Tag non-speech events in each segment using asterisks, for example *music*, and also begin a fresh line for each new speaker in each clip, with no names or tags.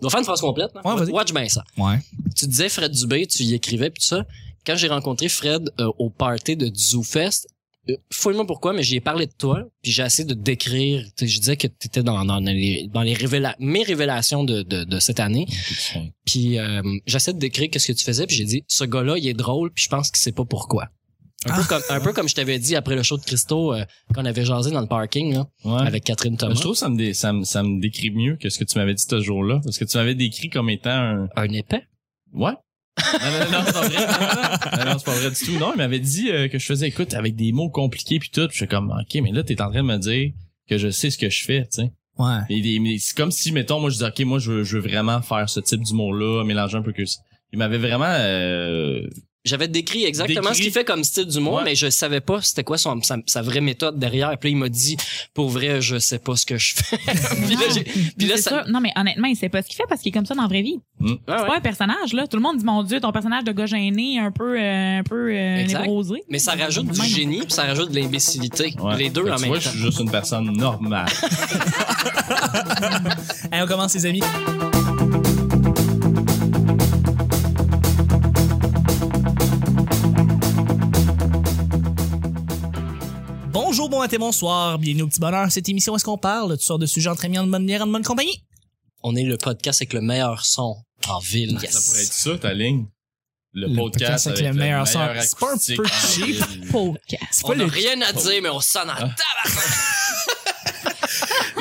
On va faire une phrase complète. là.
Ouais, vas-y.
hein. Watch bien ça.
Ouais.
Tu disais Fred Dubé, tu y écrivais puis tout ça. Quand j'ai rencontré Fred euh, au party de ZooFest, euh, fouille-moi pourquoi, mais j'ai parlé de toi, puis j'ai essayé de décrire. tu sais, Je disais que tu étais dans, dans les, dans les révéla- mes révélations de, de, de cette année. Puis euh, j'essaie de décrire qu'est-ce que tu faisais, puis j'ai dit ce gars-là, il est drôle, puis je pense qu'il sait pas pourquoi. Un,
Ah.
peu, comme, un peu comme je t'avais dit après le show de Christo, euh, quand on avait jasé dans le parking là,
Ouais.
avec Catherine Thomas.
Je trouve que ça me, dé- ça, me, ça me décrit mieux que ce que tu m'avais dit ce jour-là. Parce que tu m'avais décrit comme étant un...
Un épais?
Ouais. Non, non, non, non, c'est pas vrai. Non, non, non, c'est pas vrai du tout. Non, il m'avait dit euh, que je faisais écoute avec des mots compliqués puis tout. Puis je suis comme, OK, mais là, t'es en train de me dire que je sais ce que je fais, tu sais.
Ouais.
Et des- mais c'est comme si, mettons, moi, je disais, OK, moi, je veux, je veux vraiment faire ce type d'humour-là, mélanger un peu que ça. Il m'avait vraiment... euh,
J'avais décrit exactement
Décrit.
ce qu'il fait comme style d'humour,
Ouais.
mais je savais pas c'était quoi son, sa, sa vraie méthode derrière. Puis là, il m'a dit, pour vrai, je sais pas ce que je fais. *laughs* puis là,
Non.
j'ai- puis là,
C'est
ça-
sûr. Non, mais honnêtement, il sait pas ce qu'il fait parce qu'il est comme ça dans la vraie vie.
Ouais,
C'est
ouais.
pas un personnage, là. Tout le monde dit, mon Dieu, ton personnage de gars gêné, un peu, euh, un peu euh,
Exact.
névrosé.
Mais ça rajoute du
Même.
génie, puis ça rajoute de l'imbécilité.
ouais.
Les deux
Fait que
en
tu
même
vois,
temps.
je suis juste une
*laughs*
personne normale.
Allez, on commence, les amis. Bonjour, bon matin, bonsoir. Bienvenue au petit bonheur. Cette émission, où est-ce qu'on parle? de toutes sortes de sujets entre amis, en bonne bière, en bonne compagnie.
On est le podcast avec le meilleur son en ville.
Yes.
Ça pourrait être ça, ta ligne. Le,
Le podcast
podcast,
avec
avec
le meilleur son. C'est
C'est
pas un peu cheap.
Podcast.
C'est
On
pas
n'a
le...
rien à dire, mais on s'en attend.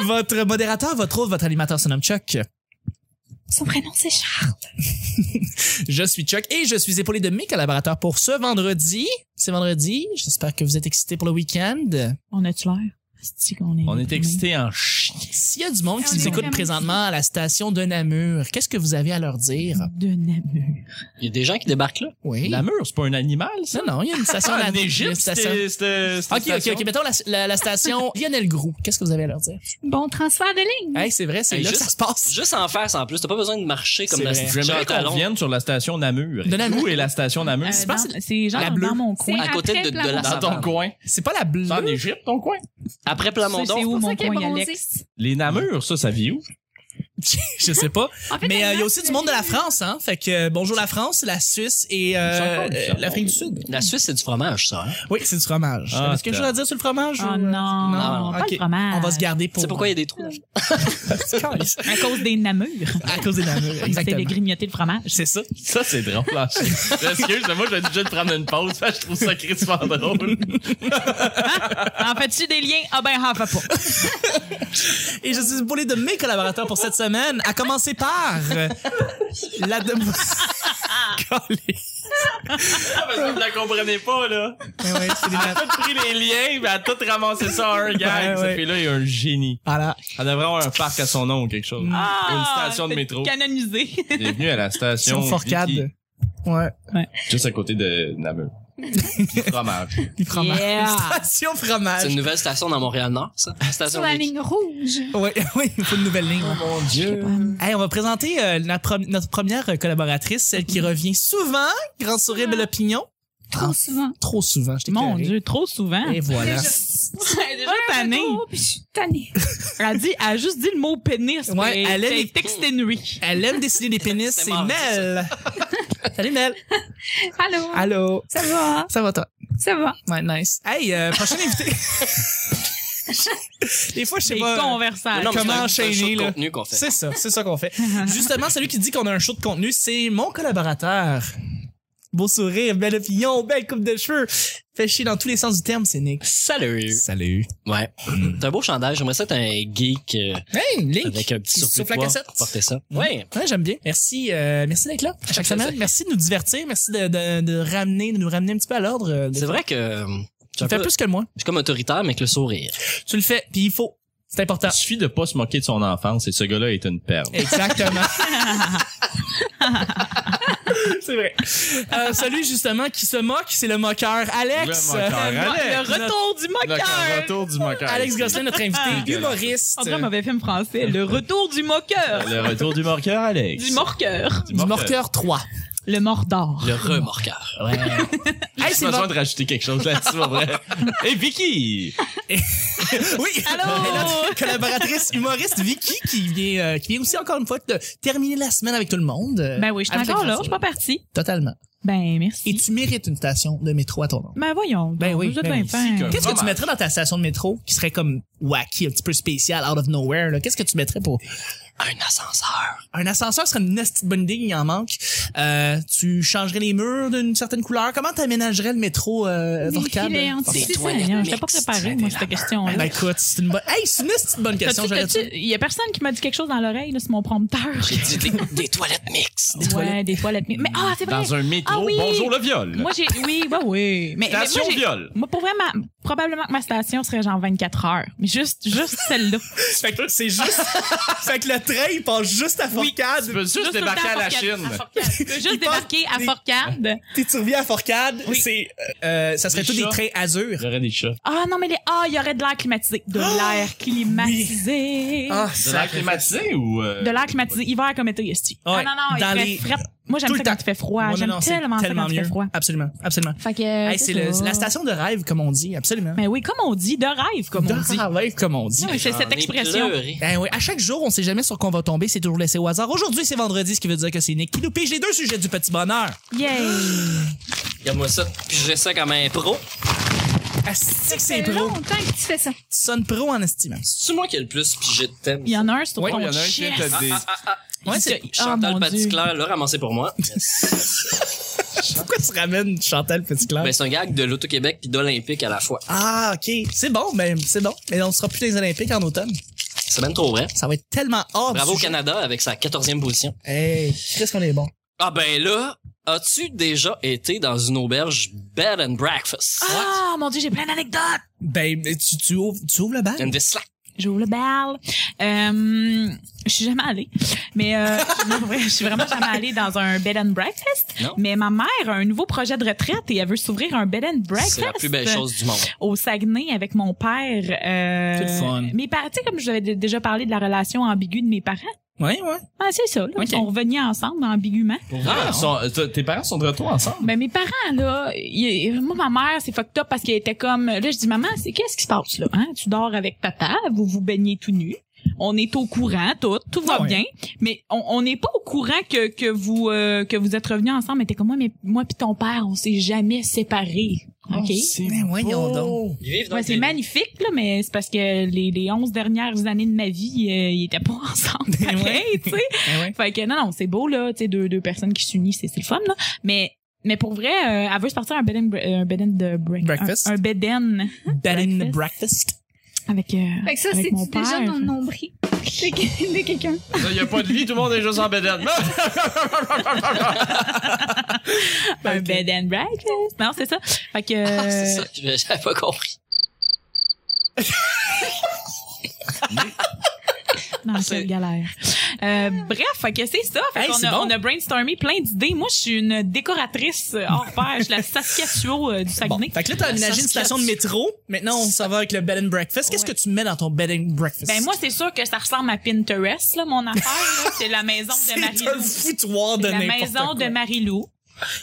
Votre modérateur, votre autre, votre animateur se nomme Chuck.
Son prénom, c'est Charles.
Je suis Chuck et je suis épaulé de mes collaborateurs pour ce vendredi. C'est vendredi. J'espère que vous êtes excités pour le week-end.
On a-tu l'air? C'est-tu qu'on est
On est excité en chien.
S'il y a du monde
Ah,
qui
on
nous
est
écoute
vraiment
présentement à la station de Namur, qu'est-ce que vous avez à leur dire?
De Namur.
Il y a des gens qui débarquent là.
Oui.
La mur, c'est pas un animal, ça?
Non, non, il y a une station
Ah,
à
en Égypte, c'était... c'était- c'était
Ok, ok,
station.
ok. Mettons la, la- la
*laughs*
station Lionel Groux. Qu'est-ce que vous avez à leur dire?
Bon transfert de ligne.
Hey, c'est vrai, c'est
Hey,
là
juste-
que ça se passe.
Juste en face, en plus. T'as pas besoin de marcher comme
C'est
la
vrai.
J'aimerais qu'on
talon.
revienne sur la station Namur.
De Namur.
Où est la station Namur?
Euh,
c'est
dans-
pas- c'est-
c'est genre
la
dans,
bleue.
mon coin.
à côté de, de la
Dans ton
savane.
coin.
C'est pas la bleue.
C'est en Égypte, ton coin.
Après
C'est c'est
Plamondon.
où
pour
mon
ça qu'elle est
coin,
bronzée.
Alex?
Les Namur, ça, ça vit où? *laughs*
Je sais
*laughs*
pas.
En fait,
Mais euh, il y a
Alex,
aussi du monde de la France, hein. Fait que euh, bonjour la France, la Suisse et euh,
C'est encore du
euh,
fromage.
l'Afrique du Sud.
La Suisse, c'est du fromage, ça. hein?
Oui, c'est du fromage.
Ah,
Est-ce que quelque chose à dire sur le fromage?
Oh
ou, euh,
non,
non,
pas
ok.
le fromage.
On va se garder pour.
C'est pourquoi il y a des trous.
*laughs* À cause des Namur.
À cause des Namur.
C'est de
Exactement.
grignoter le fromage.
C'est ça.
Ça, c'est drôle.
*laughs*
là. Excuse, moi, j'ai déjà de prendre une pause. parce que Je trouve ça
*laughs*
crissement drôle.
En fais-tu des liens? Ah ben, en fais pas.
Et je suis épaulé de mes collaborateurs pour cette semaine, à commencer par euh, la demo...
*laughs*
Ah, parce que vous la comprenez pas, là.
Eh ouais, c'est des
Elle a
mat-
tout pris les liens, mais elle a tout ramassé ça en un gag.
Ouais, ouais.
Cette fille-là, il y a un génie.
Voilà.
Elle devrait avoir un parc à son nom ou quelque chose. Une station de
Ah, c'est
métro.
Canonisé.
Elle est venue à la
Sur
station
Forcade.
Vicky,
Ouais.
Juste à côté de *laughs* Namur. Du fromage.
Les fromages.
Yeah.
Station
C'est
fromage.
une nouvelle station dans Montréal-Nord, ça. Station
Sur la
Vicky.
ligne rouge.
Ouais, *laughs* oui, il faut une nouvelle ligne. Oh mon dieu. Hey, on va présenter euh, la pro- notre première euh, collaboratrice, celle
Mm-hmm.
qui revient souvent, grand sourire belle opinion.
Trop
ah.
souvent.
Trop souvent, je t'ai
Mon
écœuré.
Dieu, trop souvent.
Et voilà.
J'ai
déjà tannée.
Puis je suis tannée.
Elle a, dit, elle a juste dit le mot pénis.
Ouais,
mais
elle est-
c'est exténué.
Elle aime dessiner des pénis,
C'est
c'est
marrant,
*laughs* Mel. Salut Mel.
*laughs* Allô?
Ah.
Allô.
Ça va? hein?
Ça va toi?
Ça va?
Ouais, nice. Hey, euh, *laughs* prochain invité. des fois, je sais
C'est
pas.
conversable.
Non, mais c'est
Comment
un- c'est un show de
enchaîner, là?
contenu qu'on fait.
C'est ça, c'est ça qu'on fait. Justement, celui qui dit qu'on a un show de contenu, c'est mon collaborateur. Beau sourire, belle opinion, belle coupe de cheveux. Fait chier dans tous les sens du terme, c'est Nick.
Salut.
Salut.
Ouais. T'as un beau chandail. J'aimerais ça être un geek euh,
Hey, Link.
avec un petit
Ah, Sauf
surplus de
la
poids
cassette.
pour porter ça. Ouais.
Ouais, j'aime bien. Merci, euh, merci d'être là à chaque
plaisir.
semaine. Merci de nous divertir. Merci de, de, de ramener, de nous ramener un petit peu à l'ordre. euh, de-
C'est vrai que euh, je
Tu le
suis, un
fais
peu-
plus que moi.
je suis comme autoritaire, mais avec le sourire.
Tu le fais, puis il faut. C'est important.
Il suffit de pas se moquer de son enfance et ce gars-là est une perle.
Exactement. *laughs* c'est vrai. Euh, celui justement qui se moque, c'est le moqueur Alex.
Le moqueur
Euh,
Alex.
Le retour du
Le
moqueur.
retour du moqueur.
Alex Gosselin, notre invité,
Dégueulasse.
humoriste.
On dirait un mauvais film français. Le retour du moqueur.
Le retour du moqueur, Alex.
Du moqueur.
Du Morqueur 3.
Le Mordor.
Le remorqueur.
Ouais. J'ai
Hey,
juste
c'est
besoin
bon.
de rajouter quelque chose là-dessus, en *laughs* vrai. Hey, Vicky!
*laughs* Oui!
Allô?
Et notre collaboratrice humoriste Vicky qui vient, euh, qui vient aussi encore une fois de terminer la semaine avec tout le monde. euh,
Ben oui, je suis
avec
encore
la
là,
censure.
je suis pas partie.
Totalement.
Ben
Et
merci.
tu mérites une station de métro à ton nom.
Ben voyons. donc,
Ben oui,
Vous êtes
ben
bien
oui,
fin.
si, comme-
Qu'est-ce que tu
Vraiment.
mettrais dans ta station de métro qui serait comme wacky, un petit peu spécial, out of nowhere? là? Qu'est-ce que tu mettrais pour
Un ascenseur.
un ascenseur serait une petite bonne idée, il en manque. Euh, tu changerais les murs d'une certaine couleur. Comment t'aménagerais le métro euh,
Des
Vorkab?
filets anti-
Des
Si,
toilettes
Seigneur, j'étais pas
mixtes,
préparée,
des
moi, cette
labeurs.
question-là.
Ben écoute, c'est une bonne. Hey, c'est une petite bonne question.
T'as-tu-
j'aurais
t'as-tu- Il y a personne qui m'a dit quelque chose dans l'oreille, là, sur mon prompteur.
J'ai dit des, des toilettes mixtes.
ouais, des toilettes. Mais, mais- ah, c'est vrai.
Dans un métro,
Ah oui.
bonjour le viol.
Moi, j'ai, oui, bah oui. Mais, mais moi,
Station
j'ai-
viol.
moi, pour vrai, ma- probablement que ma station serait genre 24 heures. Mais juste, juste celle-là.
Fait que c'est juste. *laughs* fait que le train, il passe juste à Forcade.
Tu peux juste,
tout le
débarquer
temps
à la
Forcade,
Chine.
à Forcade. Tu peux
*laughs* Il
Juste débarquer
passe
à
des-
Forcade.
Puis tu reviens à Forcade.
Oui.
C'est, euh, ça serait
Des
tous des
chats.
trains azur.
J'aurais des chats.
Ah, non, mais les, ah, il y aurait de l'air climatisé. De
Ah,
l'air climatisé.
De l'air climatisé ou. euh,
De l'air climatisé, hiver comme été, esti.
Ouais,
Ah non, non,
dans
il fait
les-
frais. Moi, j'aime
Tout
ça
le
quand
temps.
il fait froid.
Ouais, non,
j'aime
non, c'est
tellement, ça quand il fait froid.
Absolument, absolument.
Fait que,
Hey, c'est le-
ça.
la station de rêve, comme on dit. Absolument.
Mais oui, comme on dit, de rêve, comme on
De
dit.
rêve, comme on dit.
Oui, c'est Ah,
J'en
cette
ai
expression.
pleuré.
Ben oui, à chaque jour, on sait jamais sur quoi on va tomber, c'est toujours laissé au hasard. Aujourd'hui, c'est vendredi, ce qui veut dire que c'est Nick qui nous pige les deux sujets du petit bonheur.
Yay!
Regarde-moi ça. Puis j'ai ça comme un pro.
Asti que
C'est
c'est pro. Tu
longtemps que tu fais ça.
sonnes pro en estimant.
C'est moi qui ai le plus pigé de thème.
Il y en a un sur
Ouais,
ton
Il y en a un qui
chest.
vient de te dire.
Ouais, c'est...
Ah,
Chantal
mon
Patisclair l'a ramassé pour moi.
Pourquoi tu ramènes Chantal Petitclerc?
ben, c'est un gag de l'Auto-Québec puis d'Olympique à la fois.
Ah, ok. C'est bon, ben, c'est bon. Mais on sera plus dans les Olympiques en automne.
C'est même trop vrai.
Ça va être tellement hors
Bravo
du
au
sujet.
Canada avec sa 14e position.
Hey, qu'est-ce qu'on est bon.
Ah ben là, as-tu déjà été dans une auberge bed and breakfast?
Ah, mon Dieu, j'ai plein d'anecdotes!
Ben, mais tu, tu ouvres, tu ouvres le bac?
And this slack.
J'ouvre le bal. Euh, je suis jamais allée. Mais euh, *laughs* non, ouais, je suis vraiment jamais allée dans un bed and breakfast.
Non.
Mais ma mère a un nouveau projet de retraite et elle veut s'ouvrir un bed and breakfast.
C'est la plus belle chose du monde.
au Saguenay avec mon père. Euh,
C'est le fun.
Mes parents, tu sais, comme je vous avais d- déjà parlé de la relation ambiguë de mes parents.
Ouais, ouais.
Ah, c'est ça, là.
Ok.
On revenait ensemble ambiguement.
Ah, ils sont- t- tes parents sont de retour ensemble?
Ben, mes parents, là, ils- moi, ma mère, c'est fucked up parce qu'elle était comme, là, je dis, maman, c'est qu'est-ce qui se passe, là? Hein? Tu dors avec papa, vous vous baignez tout nu. On est au courant, tout, tout va
Ah ouais.
bien, mais on on n'est pas au courant que que vous euh, que vous êtes revenus ensemble. Mais t'es comme moi, mais moi puis ton père, on s'est jamais séparés. Ok.
Ben, voyons donc.
Ils vivent dans
Ouais,
le
c'est
pays.
magnifique, là, mais c'est parce que les, les 11 dernières années de ma vie, euh, ils étaient pas *laughs* ensemble.
Ben ouais.
pareil, tu sais.
Ben, ouais.
Fait que non, non, c'est beau, là, tu sais, deux, deux personnes qui s'unissent, c'est c'est le fun, là. Mais, mais pour vrai, euh, elle veut se partir un bed and, bre- euh, un bed and de break-
Breakfast.
Un, un bed and
Bed in the breakfast.
avec, euh,
Fait que ça,
avec
c'est
mon père.
déjà dans le nombril *laughs* de, que- de quelqu'un.
Il n'y a pas de lit, tout le monde est juste en bédane.
*laughs* Un
Ok.
bed and breakfast. Non, c'est ça. Fait
*laughs*
que,
Ah, c'est ça,
euh, *laughs*
j'avais j'avais pas compris.
dans quelle galère. Euh, bref, fait que c'est ça. Fait
Hey,
qu'on
c'est
a,
bon.
on a brainstormé plein d'idées. Moi, je suis une décoratrice euh, hors pair. Je suis la Saskatchewan euh, du
Bon,
Saguenay.
fait que là, t'as aménagé une station de métro. Maintenant, on s'en va avec le bed and breakfast. Qu'est-ce
Ouais.
que tu mets dans ton bed and breakfast?
Ben moi, c'est sûr que ça ressemble à Pinterest, là, mon affaire. là. C'est la
*laughs*
maison de
c'est un
Marie-Lou.
foutoir de
C'est La
n'importe
maison
quoi.
de Marie-Lou.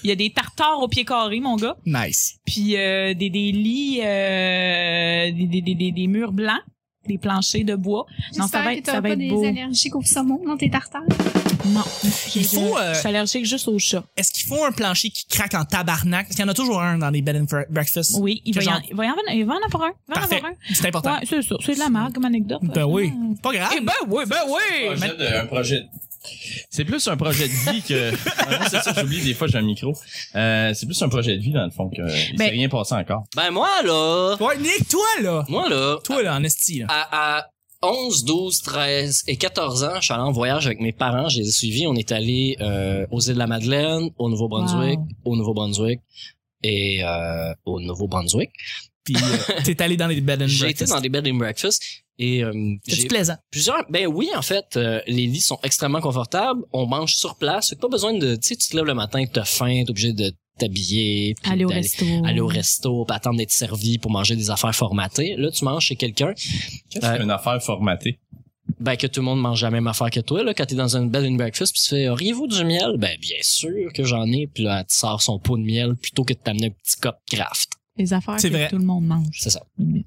Il y a des tartares au pied carré, mon gars.
Nice.
Puis euh, des, des lits, euh, des, des, des, des, des murs blancs, des planchers de bois. Non, ça va
J'espère que
être, ça
t'auras
va
pas
être
des
beau.
allergiques au saumon dans tes tartares.
Non.
Il faut, euh,
Je suis allergique juste au chat.
Est-ce qu'il faut un plancher qui craque en tabarnak? Parce qu'il y en a toujours un dans les bed and fr- breakfast.
Oui, il
que
va, y en,
genre-
il va y en il va en avoir un. Il va en
Parfait.
avoir un.
C'est important.
Ouais, c'est ça. C'est de la marque comme anecdote.
Ben oui.
Vraiment.
Pas grave.
Eh ben oui, ben
Ah,
oui! Mais-
un projet. C'est plus un projet de vie *laughs* que. Ah, moi, c'est ça, j'oublie des fois, j'ai un micro. Euh, c'est plus un projet de vie, dans le fond, que il
Ben-
s'est rien passé encore.
Ben moi là,
Ouais, Nick, toi, là.
moi là,
Toi, là, en esti, là.
à, à 11, 12, 13 et 14 ans, je suis allé en voyage avec mes parents. Je les ai suivis. On est allé euh, aux îles de la Madeleine, au Nouveau-Brunswick,
Wow.
au Nouveau-Brunswick et euh, au Nouveau-Brunswick.
Puis
*laughs*
euh, t'es allé dans les bed and breakfast.
J'ai été dans des bed and breakfast et euh,
C'est
j'ai
plaisant.
plusieurs. Ben oui, en fait, euh, les lits sont extrêmement confortables. On mange sur place. Fait que Pas besoin de. Tu sais, tu te lèves le matin, t'as faim, t'es obligé de t'habiller, puis
Aller au
d'aller-
resto.
aller au resto, puis attendre d'être servi pour manger des affaires formatées. Là, tu manges chez quelqu'un.
Qu'est-ce qu'une affaire formatée?
ben, que tout le monde mange la même affaire que toi, là, quand t'es dans une bed and breakfast, puis tu fais, auriez-vous du miel? Ben, bien sûr que j'en ai, puis là, elle te sort son pot de miel plutôt que de t'amener un petit cop craft.
Les affaires
C'est
que
vrai.
tout le monde mange.
C'est ça.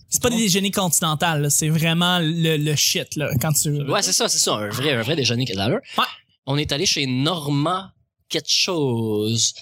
C'est pas des déjeuners continentaux, là. c'est vraiment le, le shit là, quand tu.
Ouais, c'est ça, c'est ça, un vrai, un vrai déjeuner qui a de l'allure.
Ouais.
On est allé chez Norma quelque chose,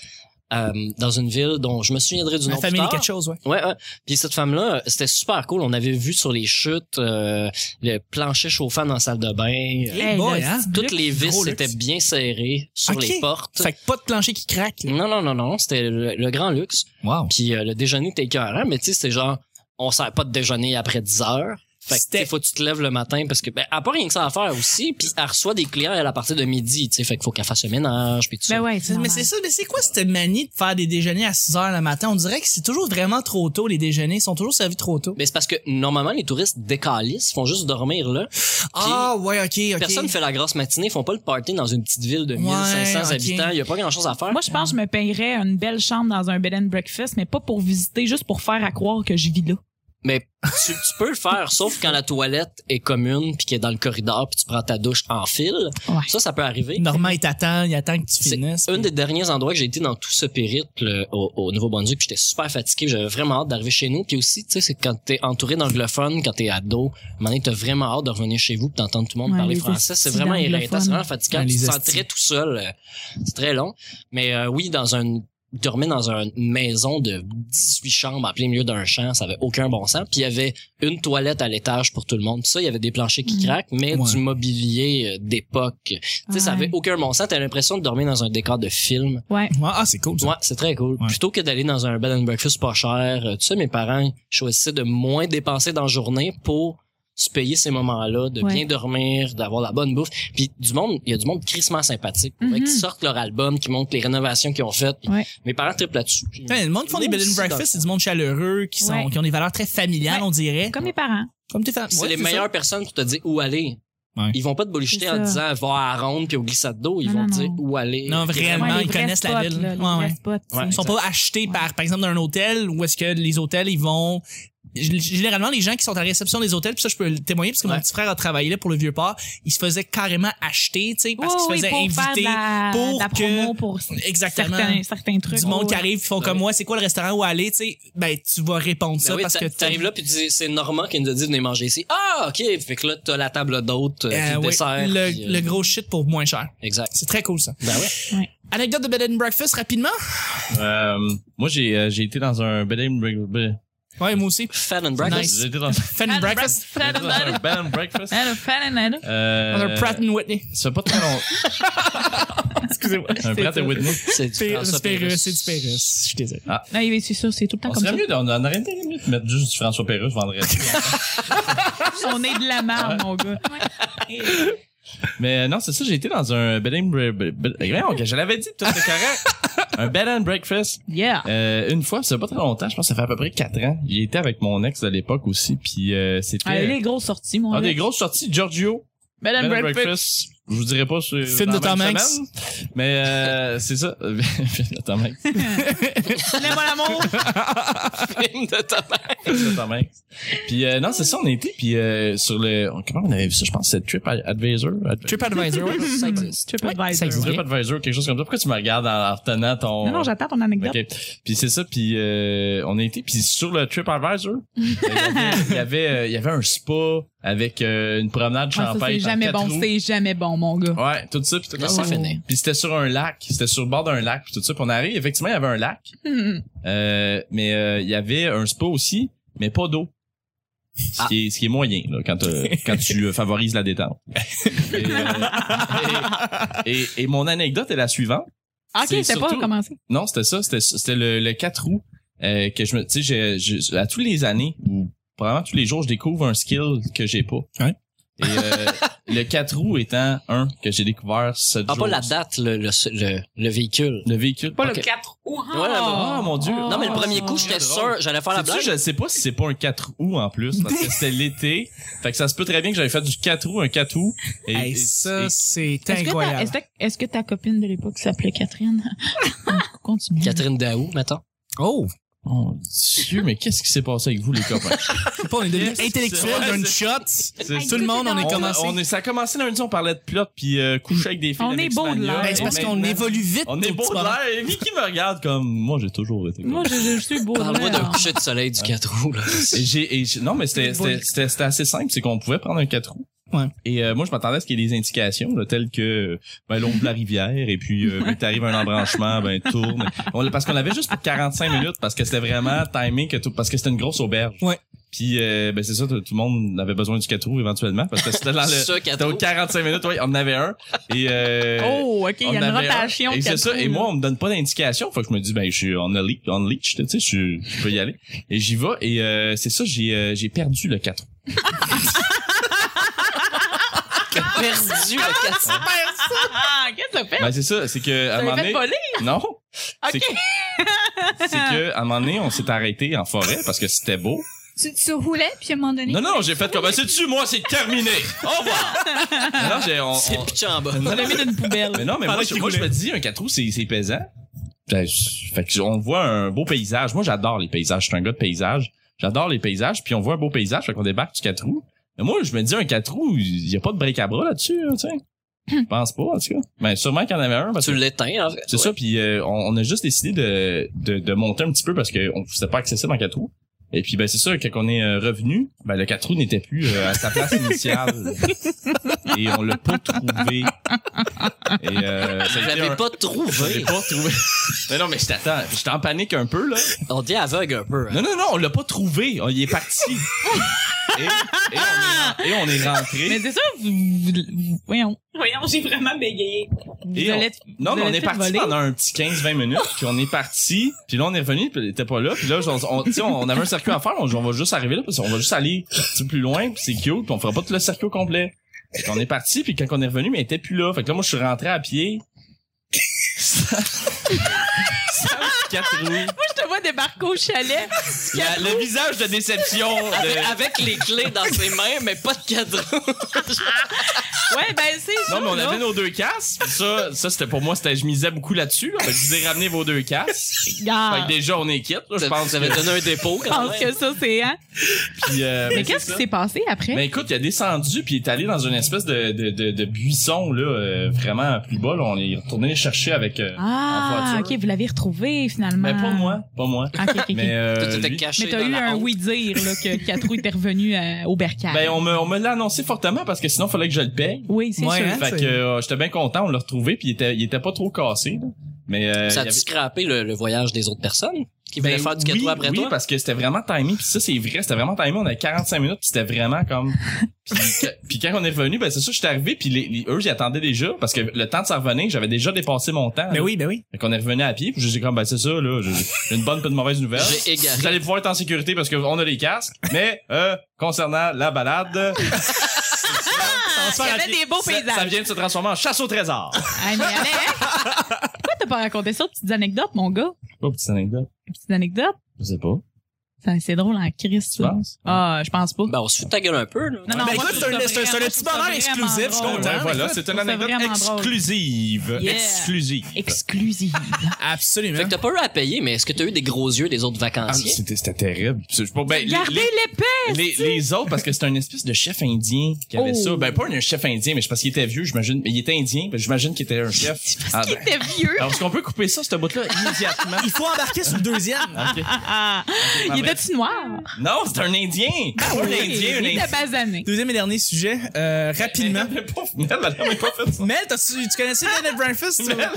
euh, dans une ville dont je me souviendrai du nom
La
plus
famille
tard.
est quelque chose, ouais.
Ouais, ouais. Puis cette femme-là, euh, c'était super cool. On avait vu sur les chutes euh, le plancher chauffant dans la salle de bain.
Hey, boy,
le
hein?
petit
Toutes les vis
gros luxe.
étaient bien serrées sur
Ok.
les portes.
Fait que pas de plancher qui craque. là.
Non, non, non, non. C'était le, le grand luxe.
Wow.
Puis euh, le déjeuner était écœurant, mais tu sais, c'était genre, on sert pas de déjeuner après 10 heures. Fait que, tu
C'était-
sais, faut que tu te lèves le matin parce que, ben, à part rien que ça à faire aussi, puis elle reçoit des clients elle, à partir de midi, tu sais, fait qu'il faut qu'elle fasse le ménage, puis tout
Ben
ça.
ouais, c'est
Mais
normal.
c'est ça, mais c'est quoi cette manie de faire des déjeuners à 6 heures le matin? On dirait que c'est toujours vraiment trop tôt, les déjeuners. Ils sont toujours servis trop tôt.
Mais c'est parce que normalement, les touristes décalissent, font juste dormir là.
Ah, ouais, ok, ok.
Personne fait la grosse matinée, ils font pas le party dans une petite ville de
Ouais,
1500
ok.
habitants, il y a pas grand-chose à faire.
Moi, je pense que je me payerais une belle chambre dans un bed and breakfast, mais pas pour visiter, juste pour faire à croire que je vis là.
Mais tu, tu peux le faire, sauf quand la toilette est commune puis qu'elle est dans le corridor puis tu prends ta douche en fil.
Ouais.
Ça, ça peut arriver.
Normand, il t'attend, il attend que tu
C'est
finisses.
un des derniers endroits que j'ai été dans tout ce périple euh, au, au Nouveau-Brunswick, puis j'étais super fatigué, puis j'avais vraiment hâte d'arriver chez nous. Puis aussi, tu sais, c'est quand t'es entouré d'anglophones, quand t'es ado, à un moment donné, t'as vraiment hâte de revenir chez vous, puis d'entendre tout le monde
Ouais,
parler
les
français. C'est
hosties
vraiment irritant,
d'anglophones.
c'est vraiment fatigant.
Ouais,
tu te
les
sens
hosties.
très tout seul, euh, c'est très long. Mais euh, oui, dans un dormais dans une maison de 18 chambres en plein milieu d'un champ, ça avait aucun bon sens. Puis il y avait une toilette à l'étage pour tout le monde. Puis ça, il y avait des planchers qui
Mhm.
craquent, mais
Ouais.
du mobilier euh, d'époque. Tu sais, ça
Ouais.
avait aucun bon sens. T'as l'impression de dormir dans un décor de film.
Ouais,
Ouais.
ah, c'est cool. ça.
Ouais, c'est très cool.
Ouais.
Plutôt que d'aller dans un bed and breakfast pas cher, euh, tu sais, mes parents choisissaient de moins dépenser dans la journée pour se payer ces moments-là, de
Ouais.
bien dormir, d'avoir la bonne bouffe. Puis du monde, il y a du monde crissement sympathique. pour vrai,
Mhm.
Qui sortent leur album, qui montrent les rénovations qu'ils ont faites. Puis
Ouais.
Mes parents trippent là-dessus. Puis-
Putain, Eh, le monde qui font des
Moi
bed and
aussi, dans
breakfast, c'est du monde chaleureux, qui, sont,
Ouais.
qui ont des valeurs très familiales,
Ouais.
on dirait.
Comme mes parents.
Comme tes fans.
C'est
Ouais,
les
ça.
meilleures personnes pour te dire où aller.
Ouais.
Ils vont pas te bullshiter
C'est
en
ça.
disant va à la ronde puis au glissade d'eau. Ils
Non,
vont
non,
te dire
non.
où aller.
Non,
Puis
vraiment,
Ouais, les
ils
vrais
connaissent la
spots,
ville.
là, les
Ouais,
vrais
ouais.
spots, tu sais.
Ouais.
Ils sont pas achetés par, par exemple, d'un hôtel où est-ce que les hôtels, ils vont. G- Généralement, les gens qui sont à la réception des hôtels, puis ça, je peux le témoigner, parce que mon
Ouais.
petit frère a travaillé là pour le vieux port, il se faisait carrément acheter, tu sais, parce
Oui,
qu'il
oui,
se faisait
pour faire de
inviter.
la,
pour
de la
que-
promo pour
Exactement.
certains, certains trucs. Oh,
Du monde
Ouais.
qui arrive, ils font
Ouais.
comme moi, c'est quoi le restaurant où aller, tu sais, ben, tu vas répondre
Ben
ça
oui,
parce que
t'a- t'arrives là puis tu dis c'est Normand qui nous a dit venez manger ici. Ah ok fait que là t'as la table d'hôtes, euh,
Euh,
puis le
ouais,
dessert.
le,
puis, euh,
le gros shit pour moins cher.
Exact.
C'est très cool, ça.
Ben ouais.
Anecdote de bed and breakfast, rapidement.
Euh, moi, j'ai euh, j'ai été dans un bed and breakfast.
Ouais, moi aussi.
Fat and breakfast.
J'ai été dans, j'ai
Fan and breakfast.
été dans un bed and breakfast.
On a
Euh,
Pratt and Whitney.
Ça fait pas très *laughs* long.
Excusez-moi. euh,
Un Pratt et Whitney.
C'est du
C'est
François
du Pérus,
Pérusse.
c'est du Pérus. Je suis désolé.
Là, il est- c'est sûr, c'est tout le temps
On
comme ça.
serait mieux, on en aurait été mieux de mettre juste du François Pérus *laughs* vendredi.
On est de la merde, mon gars.
Mais euh, non, c'est ça, j'ai été dans un bed and breakfast. Je l'avais dit, tout est *laughs* correct. un bed and breakfast.
Yeah.
Euh, une fois, c'est pas très longtemps, je pense que ça fait à peu près 4 ans. J'y étais avec mon ex de l'époque aussi, puis euh, c'était
Allez, les grosses sorties, mon
Ah,
gars.
des grosses sorties, Giorgio,
Bed and
Bed and
breakfast.
Breakfast. Je vous dirais pas sur
Film
dans
de
la
Tom
même
Hanks.
semaine, mais euh, *laughs* c'est ça. Film de Tom Hanks.
Donnez-moi
*laughs*
l'amour.
*laughs* Film de tabac.
Film de Tom Hanks. Puis euh, non, c'est ça, on était, puis euh, sur le... on- Comment on avait vu ça? Je pense que c'est Trip Advisor. Advi-
TripAdvisor, ouais.
*laughs*
Ça existe.
TripAdvisor.
ça existe.
Trip Advisor, quelque chose comme ça. Pourquoi tu me regardes en retenant ton...
Non, non, j'attends ton anecdote.
OK. Puis c'est ça, puis euh, on a été puis sur le TripAdvisor, il y avait il y avait, euh, il y avait un spa avec euh, une promenade
Ah, ça,
champagne.
c'est jamais bon. C'est jamais bon, mon gars.
Ouais, tout ça puis tout
Là, ça
ça.
finit.
Puis c'était sur un lac, c'était sur le bord d'un lac puis tout ça. Puis on arrive, effectivement, il y avait un lac,
Hum,
euh, mais euh, il y avait un spa aussi, mais pas d'eau. Ce,
Ah.
qui est, ce qui est moyen là, quand, euh, quand tu euh, favorises la détente. et, euh, et- et- et mon anecdote est la suivante.
*laughs* Ok,
C'est
c'est pas
surtout-
commencé.
Non, c'était ça, c'était c'était le, le 4 août euh, que je me tu sais j'ai- j'ai- à tous les années ou probablement tous les jours je découvre un skill que j'ai pas.
Ouais.
Et euh, le 4 août étant un que j'ai découvert ce
Ah,
jour.
pas la date, le, le, le, le véhicule.
le véhicule.
Pas le Ok.
4 août.
Ouais, là,
Ah, mon Dieu.
Oh.
Non, mais le premier coup,
c'est
j'étais
drôle.
sûr, j'allais faire la
Sais-tu,
blague.
je sais pas si c'est pas un 4 août en plus parce que c'était l'été. Fait que ça se peut très bien que j'avais fait du 4 août un 4 août. Et,
Hey,
et-
ça,
et-
c'est
Est-ce que, ta,
incroyable.
est-ce, que, est-ce *laughs* que ta copine de l'époque s'appelait Catherine? En tout cas, Continue.
Catherine Daou, mettons.
Oh!
Mon Dieu, mais qu'est-ce qui s'est passé avec vous, les copains?
Pas, on est devenu
Yes,
intellectuel
c'est- *laughs*
d'une shot.
C'est-
Tout le monde, on est
On-
commencé.
on est- ça a commencé lundi, on parlait de plot puis euh, coucher avec des filles.
On est beau de l'air.
Ben, c'est parce qu'on évolue vite.
On est
au
beau
petit
de
moment.
l'air. Et Vicky me regarde comme moi, j'ai toujours été. comme
Moi, je, je suis
Oh,
beau.
Parle-moi
là.
d'un coucher de soleil du 4 roues, là.
Et j'ai, et j'ai- non, mais c'était, c'était, c'était, c'était assez simple, c'est qu'on pouvait prendre un 4 roues.
Ouais.
Et euh, moi, je m'attendais à ce qu'il y ait des indications, là, telles que ben, l'ombre de la rivière, et puis euh, ben, t'arrives à un embranchement, ben tourne. On, l'a- parce qu'on l'avait juste pour 45 minutes, parce que c'était vraiment timé, que tout, parce que c'était une grosse auberge.
Ouais.
Puis euh, ben c'est ça, tout tout le monde avait besoin du 4 roues éventuellement, parce que c'était dans
*laughs*
le...
Ça, 4
C'était aux
roues.
45 minutes, oui, on en avait un. Et, euh,
Oh, OK, il
on
y a une
avait un.
rotation.
Et c'est
quatre
ça. Et
trous,
moi, on me donne pas d'indication. Fait que je me dis, ben, je suis on a leech, on leech, tu sais, je, suis- je peux y aller. Et j'y vais. Et euh, c'est ça, j'ai, euh, j'ai perdu le 4.
Perdu le 4
là. Ah, *laughs* qu'est-ce que t'as fait?
Ben, c'est ça. C'est que, à un
T'avais
moment
fait
donné.
voler?
Non. C'est
OK.
que, c'est que, à un moment donné, on s'est arrêté en forêt parce que c'était beau.
Tu, tu roulais, puis à un moment donné.
Non, non, j'ai fait comme, ben, c'est-tu, moi, c'est terminé. Au revoir. Non, j'ai, on,
C'est
on-
pitché en bas.
On l'a mis dans une poubelle.
Mais non, mais moi,
Pendant
je,
qu'il
moi, je
roulait.
me dis, un 4 roues, c'est, c'est pesant. Ben, je- Fait que, on voit un beau paysage. Moi, j'adore les paysages. Je suis un gars de paysage. J'adore les paysages. Puis on voit un beau paysage. Fait qu'on débarque du 4 roues. Mais moi, je me dis, un 4 roues, il n'y a pas de break à bras là-dessus, hein, tu sais. Je pense pas, en tout cas. Mais sûrement qu'il y en avait un. Parce
Tu
que
l'éteins, en fait.
c'est
Ouais.
ça. Puis euh, on, on a juste décidé de, de, de monter un petit peu parce que on- c'était pas accessible en 4 roues. Et puis, ben, c'est sûr, que quand on est euh, revenu, ben, le 4 roues n'était plus euh, à sa
*laughs*
place initiale. Et on l'a pas trouvé. Et, euh, ça
Je
a été un-
l'avais pas
je l'ai
trouvé.
pas
*laughs*
trouvé. mais non, mais je t'attends. J'étais en panique un peu, là.
On dit aveugle un peu. hein.
Non, non, non, on l'a pas trouvé. Oh, il est parti. et, et on est, et on est
Mais
rentré.
c'est ça, vous, vous- vous- voyons. Voyons, j'ai vraiment bégayé. Vous
Et on-
allez-
Non,
vous
mais on
allez
est
faire
parti
voler.
pendant un petit 15-20 minutes, puis on est parti, puis là on est revenu, puis il était pas là, puis là on, on, tu sais, on avait un circuit à faire, on, on va juste arriver là, parce qu'on va juste aller un petit peu plus loin, puis c'est cute, puis on fera pas tout le circuit au complet. Fait qu'on est parti, puis quand on est revenu, mais il était plus là. Fait que là moi je suis rentré à pied. Ça, ça, quatre roues.
Moi, je te vois débarquer au chalet.
La- le visage de déception.
Avec,
de-
avec les clés dans ses mains, mais pas de cadre.
Ouais, ben c'est ça.
Non, mais on
là.
avait nos deux casses. pis Ça, ça c'était pour moi, c'était, je misais beaucoup là-dessus. Là. Fait que je vous ai ramené vos deux casses. Fait
Ah,
que déjà, on est quitte, là, je pense.
Vous avez
que-
donné un dépôt,
Je
quand
pense que
même.
ça, c'est... Hein?
Puis, euh,
Mais
ben,
qu'est-ce
c'est
qui
ça.
s'est passé après?
Ben écoute, il a descendu puis il est allé dans une espèce de, de, de, de buisson là, euh, vraiment plus bas. là. On est retourné le chercher avec. euh, en
ah,
voiture.
OK, vous l'avez retrouvé,
Mais
finalement.
pas moi, pas moi.
Ah, OK, OK, OK.
Mais, euh,
Tout était
lui-
caché
Mais t'as
dans
eu
la
un
honte. Euh,
oui-dire là, que Catrou était revenu à- au bercail.
ben on me, on me l'a annoncé fortement parce que sinon fallait que je le paye.
Oui, c'est
Ouais,
sûr.
hein?
Fait que
c'est-
euh, j'étais bien content, on l'a retrouvé puis il était, il était pas trop cassé. là. Mais euh,
Ça
il y
a
avait-
scrappé le, le voyage des autres personnes qui voulaient
Ben
faire du
oui,
4 roues après
oui,
toi?
parce que c'était vraiment timé. Puis ça, c'est vrai, c'était vraiment timé. On avait 45 minutes, puis c'était vraiment
*laughs*
comme... Puis, que- puis quand on est revenu, ben c'est ça, j'étais arrivé, puis les, les- eux, ils attendaient déjà, parce que le temps de s'en revenir, j'avais déjà dépassé mon temps.
Mais
là.
oui, ben oui.
Fait qu'on est revenu à pied, puis j'ai dit comme, ben c'est ça, là, j'ai j'ai une bonne pas de mauvaise nouvelle.
J'ai égaré.
Vous allez pouvoir être en sécurité parce qu'on a les casques, mais euh, concernant la *laughs* balade,
Il y avait des beaux
ça,
paysages.
ça vient de se transformer en chasse au trésor.
Ah, mais allez, hein? Pourquoi t'as pas raconté ça, petites anecdotes, mon gars?
Oh, petite anecdote.
Petites anecdotes?
Je sais pas.
Ça, C'est drôle en Christ,
Tu
ça.
penses?
Ah, je pense pas.
Ben, on se fout de ta gueule un peu, là.
Non, non,
Ben
moi,
écoute,
je
c'est un-
trouve ça
c'est un- c'est un
vraiment-
petit
je trouve
bonheur
ça
exclusif,
vraiment
je suis
drôle.
content.
Ouais, ben, voilà, c'est une
trouve ça
anecdote
vraiment drôle.
exclusive.
Yeah.
Exclusive.
Exclusive.
Absolument.
Fait que t'as pas eu à payer, mais est-ce que t'as eu des gros yeux des autres
Ah,
vacanciers?
c'était c'était terrible. Je sais pas, ben, les,
Gardez l'épée!
les- les- les autres, parce que c'était un espèce de chef indien qui avait
Oh.
ça. Ben, pas un chef indien, mais c'est parce qu'il était vieux, j'imagine. Mais il était indien, ben, j'imagine qu'il était un chef. Ah,
Il
ben.
était vieux.
Alors, est-ce qu'on peut couper ça, ce bout-là, immédiatement?
Il faut embarquer sur le deuxième.
*laughs* Ok. Ah,
Ah, ah. Il
ben,
était-tu noir?
Non, c'est un indien! un indien, un
Il
indien.
était basané.
Deuxième et dernier sujet, euh, rapidement.
Elle avait pas- elle avait pas fait ça.
Mel, t'as-tu- tu connaissais Bed and
*laughs*
Breakfast?
Mel,
toi?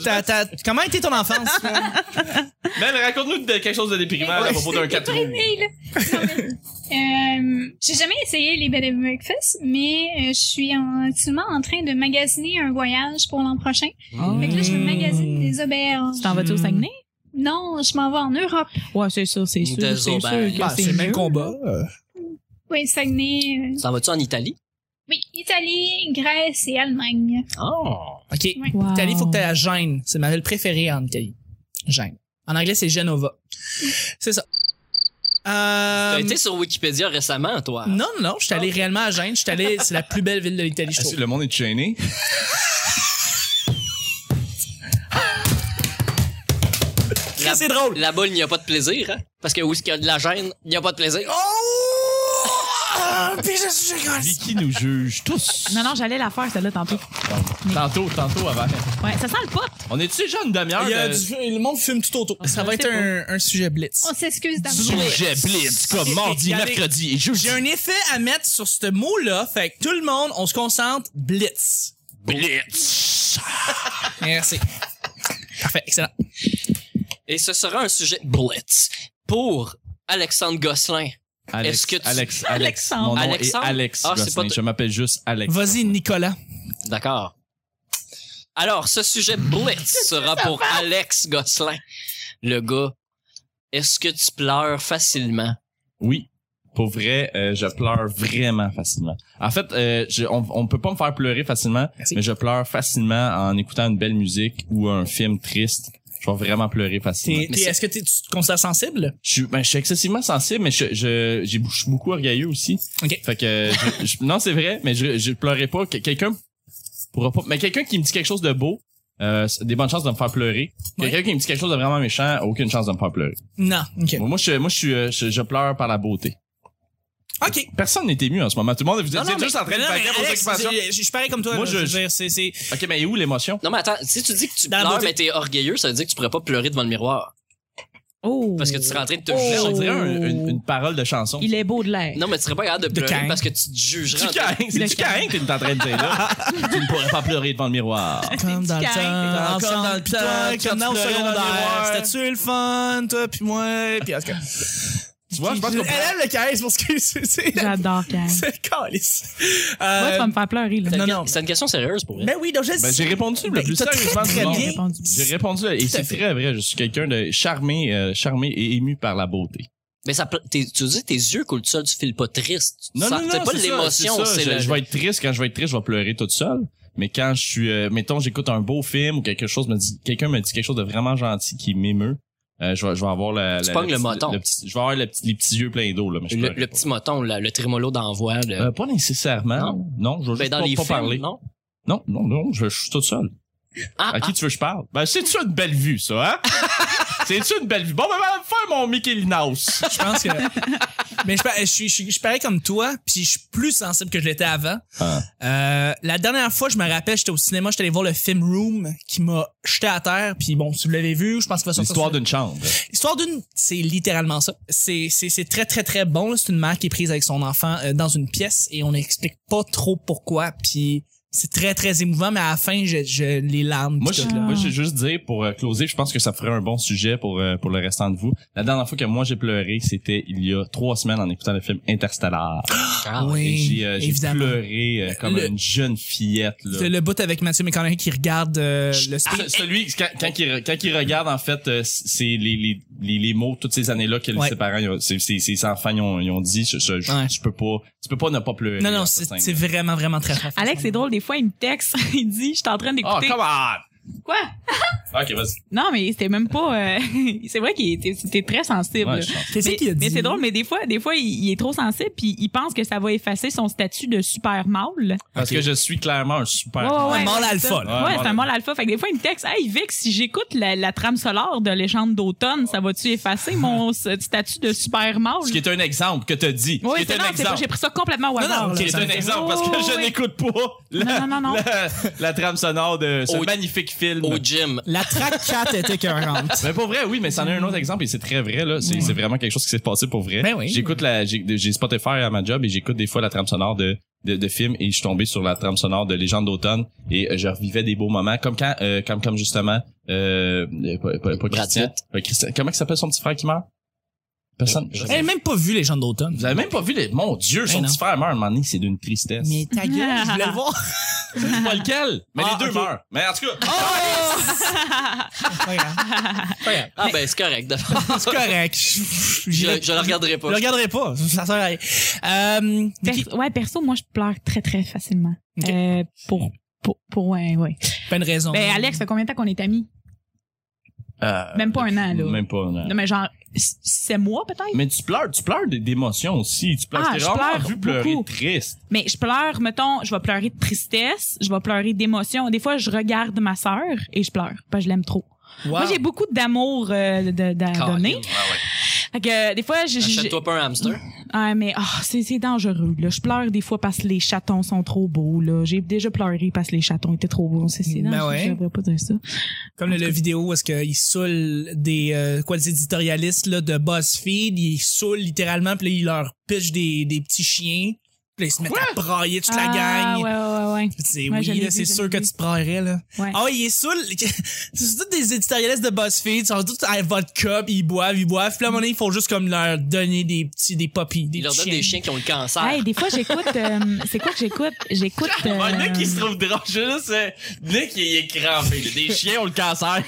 elle a-
T'as- t'as- comment a été ton enfance?
Ben, Mel, raconte-nous de- quelque chose de déprimant là, à propos
*laughs*
d'un 4 roues.
Hey, là. Non, mais, euh, j'ai jamais essayé les Bed and Breakfast, mais euh, je suis en- actuellement en train de magasiner un voyage pour l'an prochain.
Ah.
Fait que là, je me magasine des auberges.
Tu t'en vas-tu au Saguenay?
Non, je m'en vais en Europe.
Ouais, c'est sûr, c'est sûr.
Des
C'est sûr
auberges.
que
Bah, c'est le même
mieux.
combat. euh.
Oui, Saguenay. euh,
T'en vas-tu en Italie?
oui, Italie, Grèce et Allemagne.
Oh!
OK.
Ouais.
Wow.
Italie, faut que t'ailles à Gênes. C'est ma ville préférée en Italie. Gênes. En anglais, c'est Genova. C'est ça. Euh,
T'as été sur Wikipédia récemment, toi?
Non, non, non, je suis allé réellement à Gênes. Je suis allé, c'est la plus belle ville de l'Italie, je
Ah, si,
trouve.
Le monde est chaîné.
La
c'est drôle.
Là-bas, il n'y a pas de plaisir, hein? Parce que où est-ce qu'il y a de la gêne, il n'y a pas de plaisir.
Oh! Puis je suis
Vicky nous juge tous.
Non, non, j'allais la faire, celle-là, tantôt.
Tantôt, tantôt avant.
Ouais, ça sent le pot.
On est-tu déjà une demi-heure?
Il y a
de-
du, le monde fume tout autour. Ça
Je
va
sais
être un, un sujet blitz.
On s'excuse d'avance.
Sujet blitz, comme mardi,
Regardez.
mercredi et jeudi.
J'ai un effet à mettre sur ce mot-là. Fait que tout le monde, on se concentre. Blitz.
Blitz.
Merci. Parfait, excellent.
Et ce sera un sujet blitz pour Alexandre Gosselin. Est-ce que tu-
Alex, Alex,
Alexandre.
Mon nom est
Alexandre?
Alex
Ah, c'est
Gosselin.
pas t-
Je m'appelle juste Alex.
Vas-y, Nicolas.
D'accord. Alors, ce sujet
*laughs*
blitz sera pour Alex Gosselin. Le gars, est-ce que tu pleures facilement?
Oui. Pour vrai, euh, je pleure vraiment facilement. En fait, euh, je- on, on peut pas me faire pleurer facilement,
Merci.
mais je pleure facilement en écoutant une belle musique ou un film triste. Je vais vraiment pleurer facilement.
T'es- t'es- Est-ce que t'es- tu te considères sensible?
Je suis, ben, je suis excessivement sensible, mais je, je, j'ai- je suis beaucoup orgueilleux aussi.
Ok.
Fait que, je- je- *laughs* non, c'est vrai, mais je, je pleurais pas. Que- Quelqu'un pourra pas, mais quelqu'un qui me dit quelque chose de beau, euh, c'est des bonnes chances de me faire pleurer.
Ouais.
Quelqu'un qui me dit quelque chose de vraiment méchant, aucune chance de me faire pleurer.
Non. OK.
Moi, je, moi, je suis, euh, je, je pleure par la beauté.
OK.
Personne n'est ému en ce moment. Tout le monde, vous
Non,
êtes
non, mais-
juste en train de
non, mais
faire vos
Alex,
occupations.
Je je suis pareil comme toi.
Moi,
là,
je-
je veux dire, c'est- c'est-
Ok, mais où l'émotion?
Non, mais attends, si tu dis que tu
Dans la
pleures,
beauté.
mais t'es orgueilleux, ça veut dire que tu pourrais pas pleurer devant le miroir.
Oh.
Parce que tu serais en train de te
Oh.
juger.
On dirait un- une, une parole de chanson.
Il est beau de l'air.
Non, mais tu serais pas capable de
De
pleurer
Cain.
parce que tu te jugerais.
Tu
en-
cailles, c'est
Le
du cailles que t'es en train de
*laughs*
dire là. tu ne pourrais pas pleurer devant le miroir.
Comme dans le
Petit
temps,
câlin.
comme dans le temps, comme dans le
pleurais dans le
secondaire.
miroir.
C'était-tu le fun, toi, puis moi? Puis en tout cas.
*laughs* Tu vois, je pense qu'on
Elle
pourrait-
aime le caisse pour ce que c'est. c'est-
J'adore quand même.
C'est calice.
Moi, tu
Euh,
vas me faire pleurer, là.
C'est une-
Non, non.
C'est une question sérieuse pour vrai.
Ben oui, donc je le
Ben,
sais.
j'ai répondu le plus
t'as très,
sérieusement
très
du monde.
bien
J'ai répondu.
J'ai répondu et
Tout à
c'est
fait.
très vrai. Je suis quelqu'un de charmé, euh, charmé et ému par la beauté.
Mais ça, pla- t'es- tu dis tes yeux coulent seuls, tu files pas triste.
Non,
Ça-
non, non,
C'est pas
c'est ça,
l'émotion,
ça.
c'est
Je,
le.
je vais être triste quand je vais être triste, je vais pleurer toute seule. Mais quand je suis, euh, mettons, j'écoute un beau film ou quelque chose, me dit, quelqu'un me dit quelque chose de vraiment gentil qui m'émeut, euh, je vais, je vais avoir la,
Tu
la-
pognes
la
le
petite-
moton.
petit- je vais avoir le petit- les petits yeux pleins d'eau là. Mais je
Le,
pleurerai
le
pas.
petit moton, là, le trémolo d'envoi. le-
Euh, pas nécessairement.
Non.
Non, je vais
ben,
juste
dans
pas,
les
pas
films,
parler.
non?
Non, non, non, je, je suis toute seule.
Ah,
À qui tu veux que je parle? Ben, c'est-tu une belle vue, ça,
*laughs*
hein? c'est-tu une belle vue? Bon, ben, ben, faire mon
*laughs*
Mickey Linaus.
Je pense que. *laughs* Mais je, pa- je, suis- je, suis- je suis pareil comme toi, puis je suis plus sensible que je l'étais avant.
Ah.
Euh, la dernière fois, je me rappelle, j'étais au cinéma, j'étais allé voir le film Room qui m'a jeté à terre, puis bon, si vous l'avez vu, je pense qu'il va sortir.
L'histoire
sur-
d'une chambre.
Histoire d'une, c'est littéralement ça. C'est c'est c'est très très très bon. là. C'est une mère qui est prise avec son enfant euh, dans une pièce et on n'explique pas trop pourquoi. Puis c'est très très émouvant, mais à la fin, je, je les larmes.
Moi,
puis
je,
tout, là.
moi, j'ai juste dire pour euh, closer, je pense que ça ferait un bon sujet pour euh, pour le restant de vous. La dernière fois que moi j'ai pleuré, c'était il y a trois semaines en écoutant le film Interstellar.
ah,
Et
oui,
j'ai euh, j'ai
évidemment.
pleuré euh, comme
Le-
une jeune fillette. Là.
Le, le bout avec Mathieu McConaughey qui regarde euh, le
Ah,
speed.
ce- celui quand, quand, il, re- quand il regarde en fait euh, c'est les, les, les, les mots toutes ces années là que
Ouais.
ses parents ils ont- ses, ses, ses enfants ils ont, ils ont dit je, je, je-
Ouais.
tu peux pas tu peux pas ne pas pleurer
Non, non,
dans cette
c'est
scène.
c'est vraiment, vraiment très fort.
Alex, c'est drôle, des fois, il me texte, *laughs* il dit, je suis
Ah,
en train
oh
d'écouter.
come on
Quoi?
ok vas-y
Non, mais c'était même pas, euh, *laughs* c'est vrai qu'il était, c'était très sensible.
Ouais, je pense.
Qu'est-ce
mais,
qu'il a dit?
mais c'est drôle, mais des fois, des fois, il, il est trop sensible puis il pense que ça va effacer son statut de super mâle.
parce que je suis clairement un super
Ouais,
Un
ouais,
mâle
c'est
Ah alpha,
ça.
là. Ouais,
Ouais, c'est
mâle
un mâle alpha. Fait que des fois, il me texte, hey Vic, si j'écoute la, la trame solaire de Légende d'automne, ça va-tu effacer mon ce- statut de super mâle?
ce qui est un exemple que t'as dit
Oui,
ce qui
c'est
est
non,
un
c'est pas,
exemple
j'ai pris ça complètement au
Non,
hasard.
non,
là.
qui est
Ça
un
fait-
exemple parce que je
Oui.
n'écoute pas la,
Non, non, non, non.
la, la trame sonore de ce
Au-
magnifique film.
Au gym.
La track 4 était
*laughs*
écœurante.
Mais pour vrai, oui, mais c'en est un autre exemple et c'est très vrai, là. C'est c'est vraiment quelque chose qui s'est passé pour vrai.
Ben oui.
J'écoute la, j'ai j'ai Spotify à ma job et j'écoute des fois la trame sonore de, de, de films et je suis tombé sur la trame sonore de Légende d'automne et euh, je revivais des beaux moments comme quand, euh, comme, comme justement, euh, euh, pas, pas- pas
Brad
Christian, Euh, Christian- Comment il s'appelle son petit frère qui meurt? Personne.
Je-
Elle a même pas vu les gens d'automne.
Vous avez même pas vu les, mon dieu, son
Ben non.
petit frère meurt à un moment donné, c'est d'une tristesse.
Mais ta gueule, je voulais le
*laughs*
voir.
C'est pas lequel? Mais
Ah,
les deux
ok.
meurent. Mais en tout cas.
Pas grave. Pas grave.
Ah, ben, c'est correct.
C'est correct.
je, je le regarderai
Je
pas.
le regarderai pas. *laughs* Ça sert à rien. Euh, Vicky,
Perso- ouais, perso, moi, je pleure très, très facilement.
Ok.
Euh, pour, pour, pour, ouais, ouais.
pas une raison.
Ben, Alex, ça fait combien de temps qu'on est amis?
euh,
Ah! Même pas un an, là.
Même pas un an.
Non, mais genre, c'est moi, peut-être?
Mais tu pleures, tu pleures des- d'émotions aussi. Tu pleures,
Ah,
t'es
je
rarement
pleure
vu pleurer
beaucoup.
triste.
Mais je pleure, mettons, je vais pleurer de tristesse, je vais pleurer d'émotion. Des fois, je regarde ma sœur et je pleure, parce que je l'aime trop.
Wow.
Moi, j'ai beaucoup d'amour euh, de- de- de- à donner. Fait que, euh, des fois, je- je-
Achète-toi pas un hamster.
Ah, mais ah, c'est c'est dangereux. Là. Je pleure des fois parce que les chatons sont trop beaux. Là. J'ai déjà pleuré parce que les chatons étaient trop beaux. C'est, c'est
Ben
dangereux.
ouais.
Je devrais pas dire ça.
Comme le, le vidéo où est-ce qu'ils saoulent des, euh, quoi, des éditorialistes là, de BuzzFeed, ils saoulent littéralement, puis là, ils leur pitchent des, des petits chiens, puis là, ils se mettent à brailler toute la
Ah,
gang.
Ouais, ouais, ouais.
Tu dis,
Ouais, je
oui,
l'ai
là,
vu,
c'est
je
sûr
l'ai
que
vu.
tu braillerais, là.
Ouais.
Ah oui, il est saoul. *laughs* C'est tous des éditorialistes de BuzzFeed, ils sont tous à vodka, puis ils boivent, ils boivent. Puis là, à un moment donné, ils font juste comme leur donner des petits, des puppies, des
Il leur
petits
donne
chiens.
des chiens qui ont le cancer.
Hey, des fois, j'écoute. euh, c'est quoi que j'écoute?
*laughs*
J'écoute.
Un
euh,
Nick, il se trouve dérangé, là, c'est... euh, Nick, il est crampé, là. Des chiens ont le
*laughs*
cancer.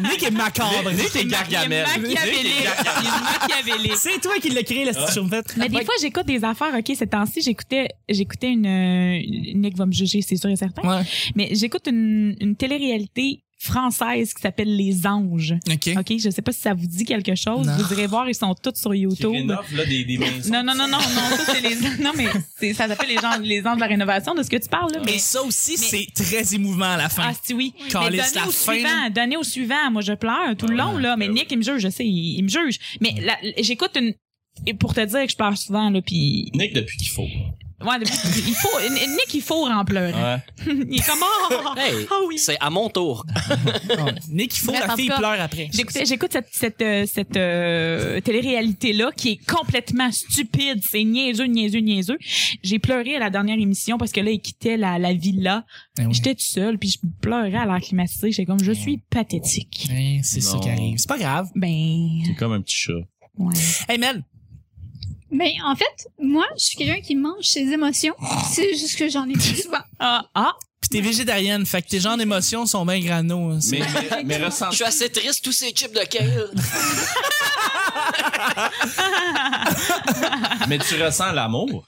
Nick est macabre.
Nick, est gargamel.
Il est
Nick est
machiavélique.
gargamel.
Il est machiavélique.
C'est toi qui l'as créé, la situation fait.
Mais des fois, j'écoute des affaires. OK, ces temps-ci, j'écoutais, j'écoutais une, euh, Nick va me juger, c'est sûr et certain.
Ouais.
Mais j'écoute une, une télé-réalité française qui s'appelle Les Anges.
OK.
OK, je sais pas si ça vous dit quelque chose.
Non.
Vous irez voir, ils sont tous sur YouTube.
Kirinov, là, des, des maisons.
Non, non, non, non, non, ça, c'est les, non, mais c'est- ça s'appelle les gens, les anges de la rénovation de ce que tu parles, là, mais.
Et ça aussi,
Mais-
c'est très émouvant à la fin.
Ah, si oui. Mais
Calisse,
donnez
la
au
fin,
suivant,
là.
donnez au suivant. Moi, je pleure tout le long, là. Mais Nick, il me juge, je sais, il, il me juge. Mais la- j'écoute une, et pour te dire que je pleure souvent, là, pis
Nick, depuis qu'il faut.
Ouais, le- il faut, Nick, il faut en pleurer.
Ouais.
*laughs* Il est comme, oh,
Hey,
oh oui.
c'est à mon tour.
Nick, il faut,
Bref,
la
en
fille
tout cas,
pleure après.
J'écoutais- J'écoute cette, cette, euh, cette euh, télé-réalité-là qui est complètement stupide. C'est niaiseux, niaiseux, niaiseux. J'ai pleuré à la dernière émission parce que là, ils quittaient la, la villa.
Ah
Eh oui.
J'étais tout seul, puis je pleurais à l'air climatisé. J'étais comme, je suis pathétique.
Ouais, Eh, c'est ça
Non.
qui arrive. C'est pas grave.
Ben,
C'est comme un petit chat.
ouais.
Hey, Mel.
Ben, en fait, moi, je suis quelqu'un qui mange ses émotions. C'est juste que j'en ai
*laughs*
plus souvent.
Ah, ah,
Pis t'es végétarienne, fait que tes gens d'émotion sont bien granos. hein.
Mais,
C'est-
mais, mais ressent-
Je suis assez triste, tous ces chips de kale.
mais tu ressens l'amour.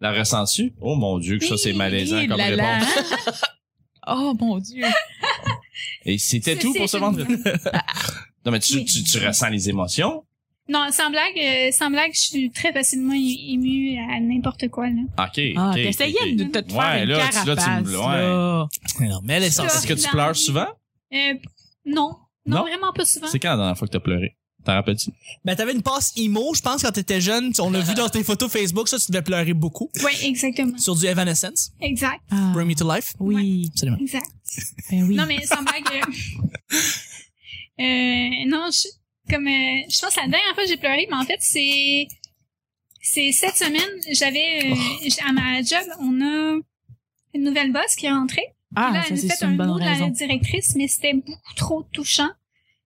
La ressens-tu? Oh mon dieu, que ça c'est
Hi,
malaisant
hi,
comme
là, là.
réponse.
*laughs* Oh mon Dieu.
Et c'était
C'est-
tout pour
c'est
ce
une
vendredi. *laughs* non, mais tu,
Oui.
tu, tu ressens les émotions.
Non, sans blague, euh, sans blague, je suis très facilement é- émue à n'importe quoi, là.
Ok.
Ah,
ok,
t'essayais
ok, ok.
de te, te faire
Ouais,
une
là, tu- là, tu me-
carapace.
ouais.
là.
Non, Mel est
Ça,
Est-ce
sensible.
Ah, que tu pleures souvent?
Euh, non. non.
Non?
vraiment pas souvent. *laughs*
C'est quand la dernière fois que t'as pleuré? T'en rappelles-tu?
Ben, t'avais une passe emo, je pense, quand t'étais jeune. On l'a vu dans tes photos Facebook, ça, tu devais pleurer beaucoup.
Oui, exactement.
Sur du Evanescence,
Exact,
Ah,
Bring Me to Life.
oui,
Absolument.
exact.
ben oui.
Non, mais sans blague. euh, euh, non, je, comme euh, je pense que la dernière fois que j'ai pleuré, mais en fait, c'est c'est cette semaine, j'avais euh, j'- à ma job, on a une nouvelle boss qui est rentrée. Puis
ah,
là,
ça,
elle nous
c'est
fait
une
un
bonne
mot de la
raison.
directrice, mais c'était beaucoup trop touchant.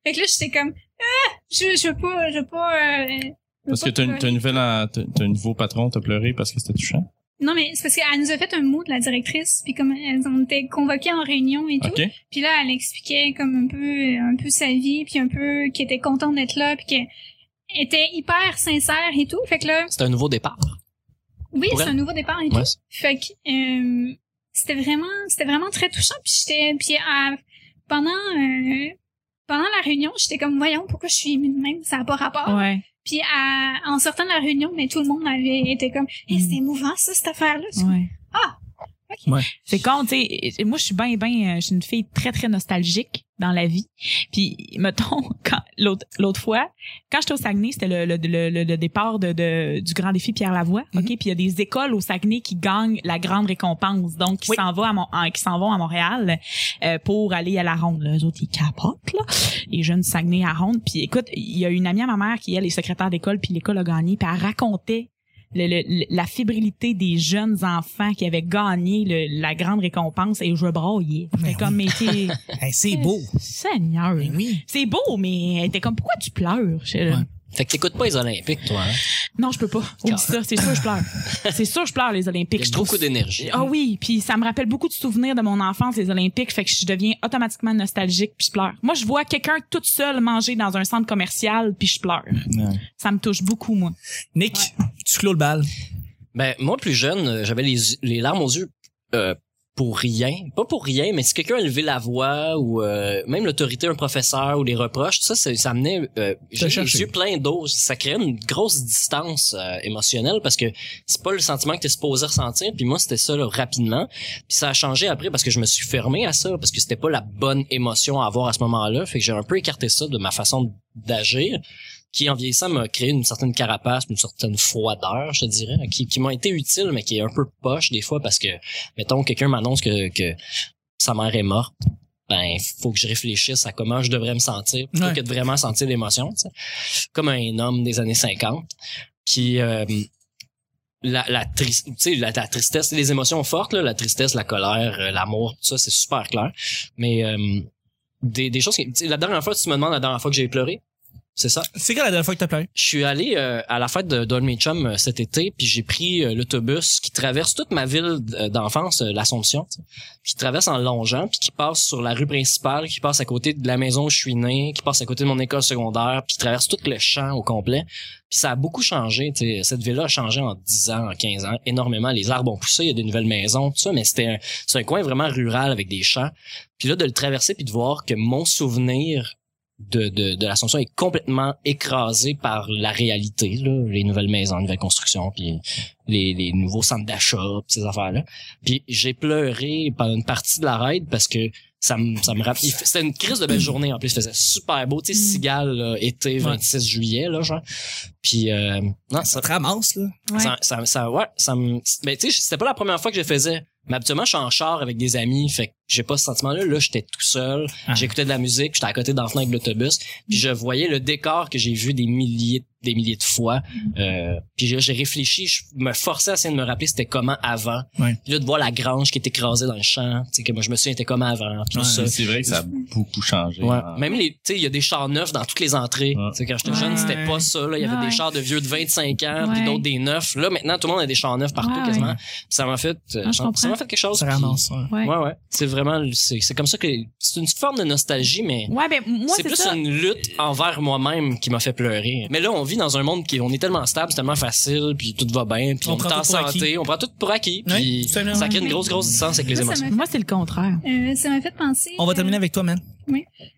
Fait que là, j'étais comme, ah, je, je veux pas, je veux pas. euh, je veux
Parce que
pas
t'as une,
pleurer.
t'as une nouvelle, en- t'as t'as un nouveau patron, t'as pleuré parce que c'était touchant.
Non, mais c'est parce qu'elle nous a fait un mot de la directrice, puis comme elles ont été convoquées en réunion et tout.
Ok?
Puis là, elle expliquait comme un peu, un peu sa vie, puis un peu qu'elle était contente d'être là, puis qu'elle était hyper sincère et tout. Fait que là,
C'est un nouveau départ.
oui,
Pour
c'est
elle.
un nouveau départ et tout.
Ouais.
Fait que euh, c'était vraiment, c'était vraiment très touchant. Puis j'étais, puis à- pendant euh, pendant la réunion, j'étais comme voyons pourquoi je suis émue de même, ça n'a pas rapport.
Ouais.
Puis à- en sortant de la réunion, mais tout le monde avait été comme, Eh,
Mm.
c'est émouvant ça cette affaire là.
Ouais.
Ah!
Ok. Ouais.
C'est con, tu sais. Moi, je suis bien, bien, euh, je suis une fille très, très nostalgique dans la vie. Puis, mettons, *laughs* quand l'autre, l'autre fois, quand j'étais au Saguenay, c'était le, le, le, le- le départ de, de- du grand défi Pierre Lavoie.
Mhm.
OK? Puis, il y a des écoles au Saguenay qui gagnent la grande récompense. Donc, qui
Oui.
s'en va à Mon- en- qui s'en vont à Montréal, euh, pour aller à la ronde. Là. Eux autres, ils capotent, là. Les jeunes du Saguenay à ronde. Puis, écoute, il y a une amie à ma mère qui, elle, est secrétaire d'école, puis l'école a gagné. Puis, elle racontait le- le- la fébrilité des jeunes enfants qui avaient gagné le- la grande récompense et je braillais.
Mais
J'étais comme, mais t'es-
*laughs*
Hey, c'est beau.
Seigneur.
Ben oui.
C'est beau, mais elle était comme, pourquoi tu pleures? J'étais là,
Ouais.
Fait que t'écoutes pas les Olympiques, toi. Hein?
Non, je peux pas. On dit ça, c'est sûr que
*laughs*
je pleure. C'est sûr que je pleure les
Il
Olympiques.
y a
Je trouve
beaucoup d'énergie.
ah oui, puis ça me rappelle beaucoup de souvenirs de mon enfance, les Olympiques, fait que je deviens automatiquement nostalgique puis je pleure. Moi, je vois quelqu'un toute seule manger dans un centre commercial puis je pleure. Ça me touche beaucoup, moi.
Nick, tu clôt le bal.
Ben, moi, plus jeune, euh, j'avais les, les larmes aux yeux euh, pour rien, pas pour rien, mais si quelqu'un a levé la voix ou euh, même l'autorité d'un professeur ou les reproches, tout ça, ça, ça amenait, euh, j'ai les
cherché.
yeux pleins d'eau, ça créait une grosse distance euh, émotionnelle parce que c'est pas le sentiment que t'es supposé ressentir, puis moi c'était ça là, rapidement, puis ça a changé après parce que je me suis fermé à ça parce que c'était pas la bonne émotion à avoir à ce moment-là, fait que j'ai un peu écarté ça de ma façon d'agir qui en vieillissant m'a créé une certaine carapace, une certaine froideur, je te dirais, qui, qui m'a été utile, mais qui est un peu poche des fois parce que, mettons, quelqu'un m'annonce que, que sa mère est morte. Ben, faut que je réfléchisse à comment je devrais me sentir plutôt
Ouais.
que de vraiment sentir l'émotion, tu sais. comme un homme des années 50. Puis euh, la, la, tris- tu sais, la, la tristesse, les émotions fortes, là, la tristesse, la colère, euh, l'amour, tout ça, c'est super clair. Mais euh, des, des choses... qui- tu sais, La dernière fois, tu me demandes la dernière fois que j'ai pleuré, c'est ça?
C'est quand la dernière fois que t'as pleuré?
Je suis allé euh, à la fête de d'un de mes chums euh, cet été, puis j'ai pris euh, l'autobus qui traverse toute ma ville euh, d'enfance, euh, l'Assomption, tu sais, qui traverse en longeant, puis qui passe sur la rue principale, qui passe à côté de la maison où je suis né, qui passe à côté de mon école secondaire, puis qui traverse tout le champ au complet. Puis ça a beaucoup changé. tu sais. Cette ville-là a changé en 10 ans, en 15 ans, énormément. Les arbres ont poussé, il y a des nouvelles maisons, tout ça, mais c'était un, c'est un coin vraiment rural avec des champs. Puis là, de le traverser, puis de voir que mon souvenir de, de, de l'Assomption est complètement écrasé par la réalité, là, les nouvelles maisons, les nouvelles constructions, puis les, les nouveaux centres d'achat, puis ces affaires-là. Puis j'ai pleuré pendant une partie de la raid parce que ça me, ça me rappelait. C'était une crise de belle journée en plus, il faisait super beau, tu sais, cigale, là, été 26 juillet, là, genre. Puis euh, non, ça,
Ça te ramasse, là.
Ouais.
ça, ça, ça- ouais, ça me, mais tu sais, c'était pas la première fois que je le faisais. Mais habituellement, je suis en char avec des amis, fait que j'ai pas ce sentiment-là. Là, j'étais tout seul,
Ah.
j'écoutais de la musique, j'étais à côté d'enfants avec l'autobus, puis je voyais le décor que j'ai vu des milliers, des milliers de fois.
Mm.
Euh, puis j'ai- j'ai réfléchi, je me forçais à essayer de me rappeler c'était comment avant.
Ouais.
Puis là, de voir la grange qui est écrasée dans le champ, tu sais, que moi je me souviens, était comment avant, tout
Ouais,
ça.
C'est vrai que ça a beaucoup changé.
Ouais.
hein.
Même les, tu sais, il y a des chars neufs dans toutes les entrées.
Ouais.
Tu sais, quand j'étais
Ouais.
jeune, c'était pas ça. là. Il y avait
Ouais.
des chars de vieux de 25 ans, puis
Ouais.
d'autres des neufs. Là, maintenant, tout le monde a des chars neufs partout
Ouais,
quasiment. Ça m'a fait, euh, ça
Ah, je
m'a- ça m'a
comprends.
fait quelque chose.
Ça
puis-
ramasse, ouais.
Ouais.
Ouais, ouais. C'est vraiment, c'est c'est comme ça que c'est une forme de nostalgie, mais.
Ouais, ben moi
c'est
c'est
plus
ça.
une lutte envers moi-même qui m'a fait pleurer. Mais là, on vit dans un monde qui on est tellement stable, c'est tellement facile, puis tout va bien, puis
On
on,
prend
est en
tout pour acquis.
santé, on prend tout pour acquis, puis
Ouais, c'est vrai.
ça crée une grosse grosse distance avec les
Ça, ça
émotions.
me-
Moi c'est le contraire.
Euh, ça m'a fait penser.
On va terminer
euh,
avec toi, man.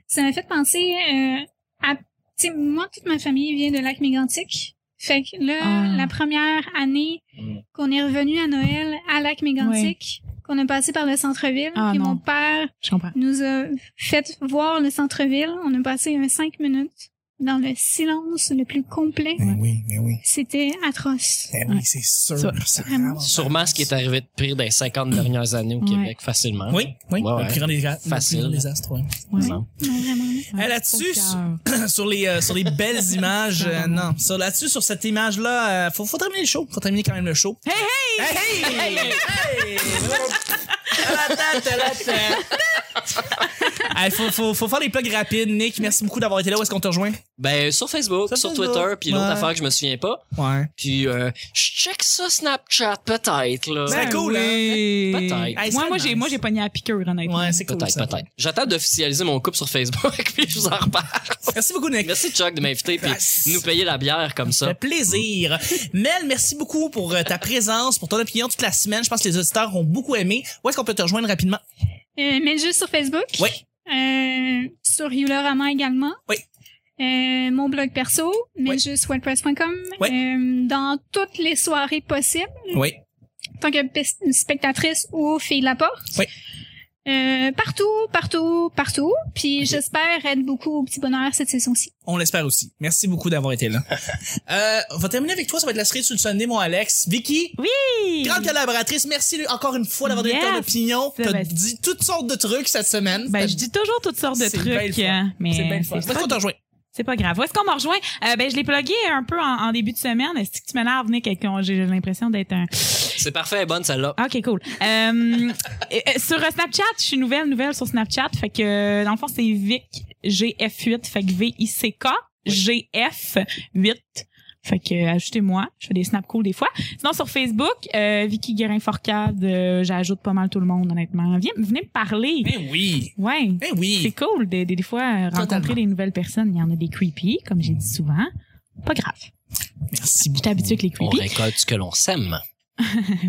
Ça m'a fait penser euh, à. Tu sais, moi, toute ma famille vient de lac mégantic. Fait que là,
Ah.
la première année
Mm.
qu'on est revenu à Noël à lac mégantic, qu'on a passé par le centre-ville,
Ah,
puis
non.
mon père
Je comprends.
nous a fait voir le centre-ville. On a passé un cinq minutes dans le silence le plus complet.
Ben oui, ben oui.
C'était atroce.
Ben
Ouais.
oui, c'est sûr.
Ça,
ça
vraiment.
ramasse.
Sûrement ce qui est arrivé de pire dans les 50 dernières années au
Ouais.
Québec, facilement.
Oui, oui.
Ouais, ouais.
Le plus grand des
Facile.
désastres, ouais.
Ouais.
Non.
Non, vraiment. là.
Ouais,
Eh, là-dessus,
au
*coughs*
cœur.
sur les euh, sur les belles
*laughs*
images euh, non sur là-dessus sur cette image là faut faut terminer le show faut terminer quand même le show
Hey,
hey hey hey Hey, faut, faut, faut faire les plugs rapides. Nick, merci beaucoup d'avoir été là. Où est-ce qu'on te rejoint?
Ben sur Facebook,
Sur
sur
Facebook,
Twitter, puis l'autre
ouais.
affaire que je me souviens pas.
Ouais.
Puis euh, je check ça Snapchat peut-être là.
Ben, cool,
oui.
hein? Peut-être.
Hey,
moi,
c'est
moi, j'ai,
nice.
moi, j'ai pogné à piqûre, honnêtement.
Ouais, c'est cool.
Peut-être,
ça.
peut-être. J'attends d'officialiser mon couple sur Facebook, *laughs* puis je vous en reparle.
Merci beaucoup, Nick.
Merci Chuck de m'inviter, puis
Yes.
nous payer la bière comme
Ça
ça.
fait
*laughs*
plaisir. Mel, merci beaucoup pour euh, ta présence, pour ton opinion toute la semaine. Je pense que les auditeurs ont beaucoup aimé. Où est-ce qu'on peut te rejoindre rapidement?
Euh, mais juste sur Facebook.
Oui.
Euh, sur Yulorama également.
Oui.
Euh, mon blog perso, mais
Oui.
juste wordpress.com.
Oui.
Euh, dans toutes les soirées possibles,
Oui.
en tant que pe- spectatrice ou fille de la porte.
Oui.
Euh, partout, partout, partout. Puis j'espère être beaucoup au petit bonheur cette saison-ci.
On l'espère aussi. Merci beaucoup d'avoir été
*laughs*
là. euh, on va terminer avec toi. Ça va être la cerise sur le sonnet, mon Alex. Vicky,
Oui!
grande collaboratrice. Merci lui, encore une fois d'avoir donné
Yes.
ton opinion.
C'est
T'as
vrai.
dit toutes sortes de trucs cette semaine.
Ben,
T'as-
je dis toujours toutes sortes de
C'est bien le
trucs,
fun.
hein, mais
C'est bien le fun. Où est-ce
pas
qu'on te rejoint?
C'est pas grave. Où est-ce qu'on me rejoint? Euh, ben, je l'ai plugué un peu en, en début de semaine. Est-ce que tu m'énerves, Nick? avec- J'ai l'impression d'être un...
C'est parfait, elle est bonne celle-là.
OK, cool. Euh, euh, sur euh, Snapchat, je suis nouvelle, nouvelle sur Snapchat. Fait que, euh, dans le fond, c'est Vic GF8. Fait que V-I-C-K GF8. Fait que, euh, ajoutez-moi. Je fais des snaps cool des fois. Sinon, sur Facebook, euh, Vicky Guérin-Forcade, euh, j'ajoute pas mal tout le monde, honnêtement. Viens, venez me parler.
Ben oui.
Ouais.
Ben
C'est
oui.
cool des, des, des fois euh,
Totalement.
rencontrer des nouvelles personnes. Il y en a des creepy, comme j'ai dit souvent. Pas grave.
Merci
Je
beaucoup.
t'habitue avec les
On
*laughs*
creepy.
récolte ce que l'on sème.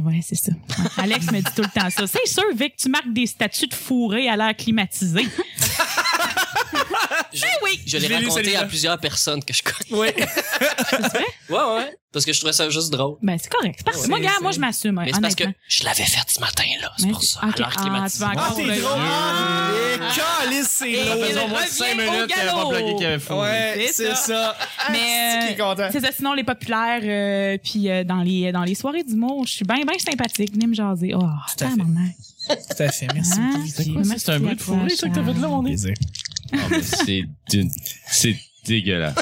ouais, c'est ça. Ouais. *laughs* Alex me dit tout le temps ça. C'est sûr, Vic, tu marques des statues de fourrés à l'air climatisé.
Je,
oui!
je
Je
l'ai
l'ai Eh lu,
raconté
celui-là.
à plusieurs personnes que je connais. *laughs*
Oui.
Ouais, ouais. Parce que je trouvais ça juste drôle.
Ben, c'est correct. C'est parce-
Ouais,
moi,
c'est-
gars, moi,
c'est-
je m'assume. hein,
Mais
honnêtement.
c'est parce que je l'avais fait ce matin-là. C'est
Mais-
pour ça.
ok.
Alors
Ah, tu vas
climatisé.
encore-
Ah, t'es drôle! Ah, calice, c'est
Et-
drôle.
il
faisons moins de 5
revient au
minutes qu'elle
galop.
va plugger qu'elle fout.
Ouais,
C'est
c'est ça.
Mais, euh,
Ah, *laughs* c'est qui est content.
C'est ça, sinon les populaires, euh, puis euh, dans les dans les soirées d'humour, je suis bien bien sympathique, venez me jaser. Oh,
à fait.
tabarnak.
Tout à fait, merci
Hein?
beaucoup. Vicky.
quoi, ça? C'est un bruit de fourré, ça, que t'as fait de là,
mon
Plaisir.
Ah, mais c'est d'une- c'est dégueulasse.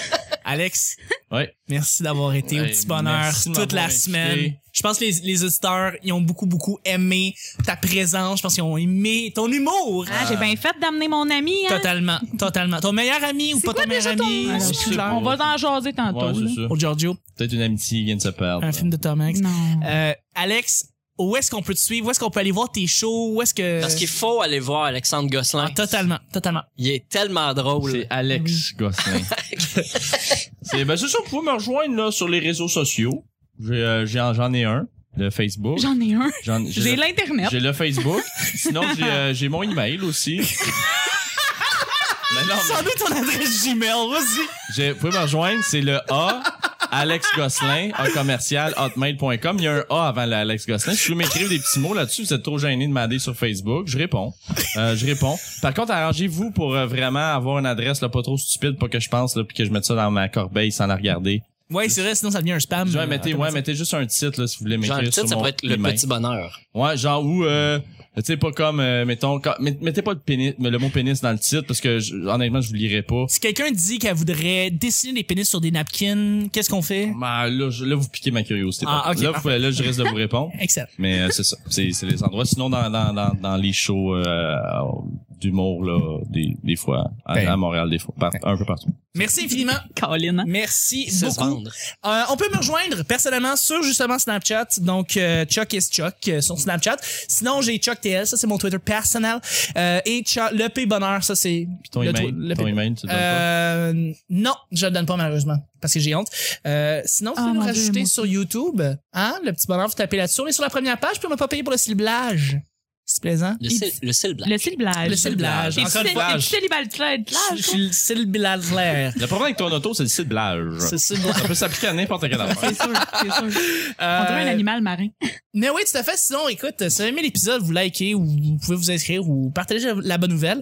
Alex,
Ouais.
merci d'avoir été au
Ouais,
petit bonheur
merci de
toute la
m'avoir
semaine.
invité.
Je pense que les, les auditeurs, ils ont beaucoup, beaucoup aimé ta présence. Je pense qu'ils ont aimé ton humour.
Ah, j'ai bien fait d'amener mon ami. Hein? Ah,
Totalement, totalement. Ton meilleur ami ou pas ton meilleur ami?
Alors,
je sais pas.
on va en jaser tantôt.
Ouais,
Ah, là.
c'est ça.
Pour Giorgio,
Peut-être une amitié qui vient de se perdre.
un film de Tom Hanks.
Non.
Euh, Alex, où est-ce qu'on peut te suivre? Où est-ce qu'on peut aller voir tes shows? Où est-ce que...
Parce qu'il faut aller voir Alexandre Gosselin.
Ah, totalement, totalement.
Il est tellement drôle.
C'est Alex Gosselin. c'est ben c'est ça, vous pouvez me rejoindre là sur les réseaux sociaux. J'ai, euh, j'ai en- j'en ai un, le Facebook.
J'en ai un.
J'en-
J'ai
j'ai, le,
l'internet.
j'ai le Facebook. Sinon j'ai euh, j'ai mon email
*laughs*
aussi. Mais non, mais-
Sans doute ton adresse Gmail, vas-y.
J'ai- Vous pouvez me rejoindre, c'est le A. Alex Gosselin, A commercial, hotmail.com. Il y a un A avant l'Alex Gosselin. Si vous m'écrivez des petits mots là-dessus, vous êtes trop gêné de m'aider sur Facebook, je réponds. Euh, je réponds. Par contre, arrangez-vous pour euh, vraiment avoir une adresse là, pas trop stupide, pas que je pense, là, puis que je mette ça dans ma corbeille sans la regarder.
Ouais, c'est vrai, sinon ça devient un spam.
Ouais,
Euh,
mettez, ouais,
automatique.
mettez juste un titre là, si vous voulez
Hum. Genre,
m'écrire
le titre,
sur
ça
mon
pourrait être Le
email.
Petit Bonheur.
Ouais, genre ou euh, tu sais pas comme euh, mettons quand- met- mettez pas le pénis le mot pénis dans le titre parce que je- honnêtement, je vous lirai pas.
Si quelqu'un dit qu'elle voudrait dessiner des pénis sur des napkins, qu'est-ce qu'on fait?
Bah, là, je- là, vous piquez ma curiosité.
Ah,
Par contre.
ok,
là, vous- là, je risque de vous répondre. *laughs*
Excellent.
Mais euh, c'est ça. C'est, c'est les endroits. Sinon, dans, dans, dans, dans les shows euh, d'humour, là, des, des fois, à,
Ben.
à Montréal, des fois, par- un peu partout.
Merci infiniment.
Colin.
*laughs*
Merci
Se
beaucoup.
vendre.
Euh, on peut me rejoindre personnellement sur justement Snapchat. Donc euh, Chuck is Chuck euh, sur Snapchat. Sinon j'ai Chuck TL, ça c'est mon Twitter personnel. Euh, et Chuck- le P bonheur, ça c'est
Puis ton
le
email,
twi- le
ton
P-
email, tu le donnes pas?
Euh, non, je le donne pas malheureusement parce que j'ai honte. Euh, sinon, vous
Ah,
pouvez
mon
me
Dieu,
rajouter
moi
sur YouTube, hein, le petit bonheur, vous tapez là-dessus, on est sur la première page, puis on m'a pas payé pour le ciblage. C'est plaisant.
Le
Il-
cil- Le cil black.
Le céliblage.
Le ciblage.
Et tu
Encore une
sais-
fois.
et tu sais les balles de célèbres.
Je suis le ciblage.
Le problème avec ton auto, c'est le ciblage.
C'est ça.
Ça peut s'appliquer à n'importe quelle
*laughs*
affaire.
C'est sûr, c'est sûr. On dirait un
Euh,
animal *laughs* marin.
Mais oui, tout à fait. Sinon, écoute, si vous aimez l'épisode, vous likez ou vous pouvez vous inscrire ou partager la bonne nouvelle.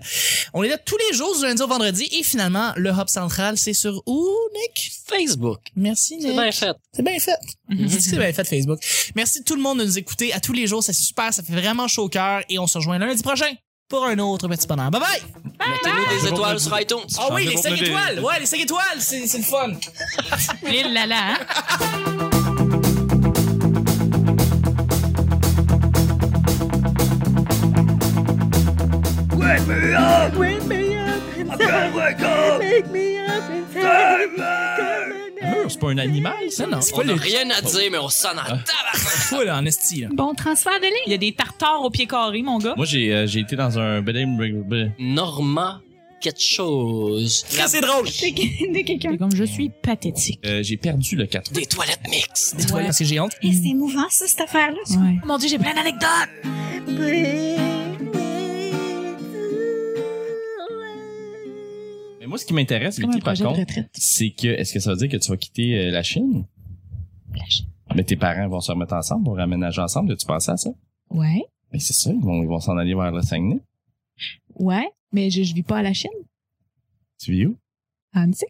On est là tous les jours du lundi au vendredi. Et finalement, le Hub Central, c'est sur où, Nick?
Facebook.
Merci, Nick.
C'est bien fait.
C'est bien Mhm. fait. C'est ce que c'est bien fait, Facebook. Merci tout le monde de nous écouter à tous les jours. C'est super. Ça fait vraiment chaud au cœur. Et on se rejoint lundi prochain pour un autre petit bonheur. Bye bye!
Mettez-nous des
Bye.
étoiles sur iTunes.
Ah oui, les
pour
5
nous des-
étoiles! Ouais, les 5 étoiles! C'est c'est le fun!
Et là là. hein?
Un mur, c'est pas un animal, ça?
Non, non, c'est
On
pas
n'a
le
rien à dire, mais on s'en
Hein?
attend.
*laughs* fou, là, en esti, là.
Bon transfert de ligne.
Il y a des tartares au pied carré, mon gars.
Moi, j'ai, euh, j'ai été dans un bedem.
Norma quelque chose.
Très, C'est drôle!
De, de quelqu'un.
Mm.
C'est comme je suis pathétique.
Euh, j'ai perdu le 4
Des toilettes mixtes.
Des toiles, parce que j'ai honte.
Et Eh, c'est émouvant, ça, cette affaire-là.
Ouais.
Mon Dieu, j'ai plein d'anecdotes.
Mais moi, ce qui m'intéresse,
C'est comme un
Vicky, par
projet de
contre,
retraite.
c'est que, est-ce que ça veut dire que tu vas quitter euh, la Chine?
La Chine.
Mais tes parents vont se remettre ensemble, vont réaménager ensemble. As-tu pensé à ça?
Ouais.
Mais c'est ça, ils vont ils vont s'en aller vers le Saguenay.
Ouais. Mais je, je vis pas à la Chine.
Tu vis où?
À Annecy.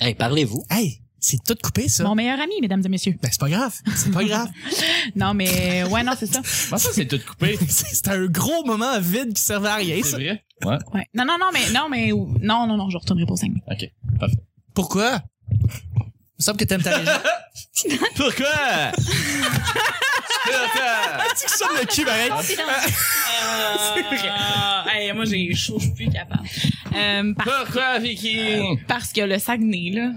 Hey, parlez-vous.
Hey, c'est tout coupé, ça.
Mon meilleur ami, mesdames et messieurs.
Ben, c'est pas grave. C'est pas *laughs* grave.
Non, mais, ouais, non, c'est ça.
Comment ça, c'est tout *laughs* coupé?
*laughs* C'est un gros moment vide qui servait à rien,
C'est
ça.
vrai? Ouais,
Ouais. Non, non, non, mais, non, mais, non, non, non, je retournerai pas au Saguenay.
ok.
Pourquoi? Il me semble que t'aimes ta
*laughs*
légende.
Pourquoi?
tu que le cul, pareil?
c'est vrai. Euh, Hey, moi, j'ai chaud, je suis plus capable. Euh, par-
Pourquoi, Vicky?
parce que le Saguenay, là.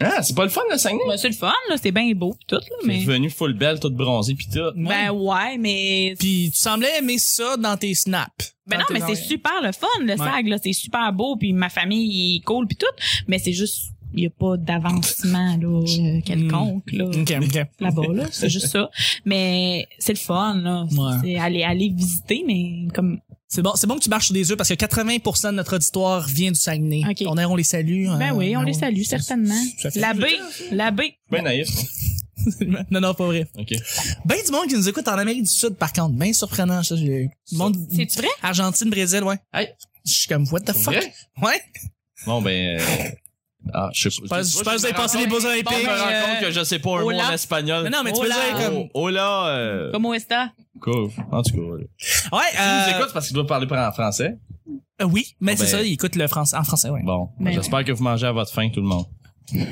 Ah, c'est pas le fun, le Saguenay?
Ben, c'est le fun, là. C'est bien beau, pis tout, là,
T'es
mais.
venu full belle, toute bronzée, pis tout.
Ben, ouais, mais.
Puis tu semblais aimer ça dans tes snaps.
Ben non,
Dans
mais
Ah, tes-
c'est super le fun, le
Ouais.
SAG, là. C'est super beau, puis ma famille est cool, puis tout. Mais c'est juste Il n'y a pas d'avancement là, euh, quelconque là,
Hmm. OK, OK.
là-bas. Là. C'est juste ça. Mais c'est le fun. Là. C'est-
Ouais.
C'est aller, aller visiter, mais comme
C'est bon, c'est bon que tu marches sur des œufs parce que 80% de notre auditoire vient du Saguenay.
OK.
On, est- on les salue.
Ben
euh,
oui, on les salue certainement.
ça fait-
L'abbé, l'abbé.
Ben naïf.
*laughs* non, non, pas vrai.
OK.
Ben du monde qui nous écoute en Amérique du Sud, par contre. Ben surprenant, ça. j'ai- Du monde...
C'est vrai?
Argentine, Brésil, ouais.
Hey.
Je suis comme, what the
Pour
fuck?
vrai?
Ouais.
Bon, ben... euh, Ah, je sais
Je
pas.
pense je pense que vous avez passé les
beaux
beaux olympiques.
ben, Je me
euh,
rends compte que je sais pas un mot
Hola.
en espagnol.
Mais euh, non, mais tu peux
Hola.
dire comme...
Oh, oh là, euh,
Comment est-ce que
cool. En tout cas, euh,
Ouais,
tu nous
euh,
écoutes c'est parce qu'il doit parler en français.
euh, oui, mais
Oh,
c'est
ben-
ça, ils écoutent le français, en français, ouais.
Bon,
Mais-
j'espère que vous mangez à votre faim, tout le monde.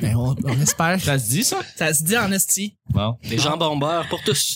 Ben, on, on espère.
Ça se dit, ça?
ça se dit en esti.
Bon.
Les gens bombeurs pour tous.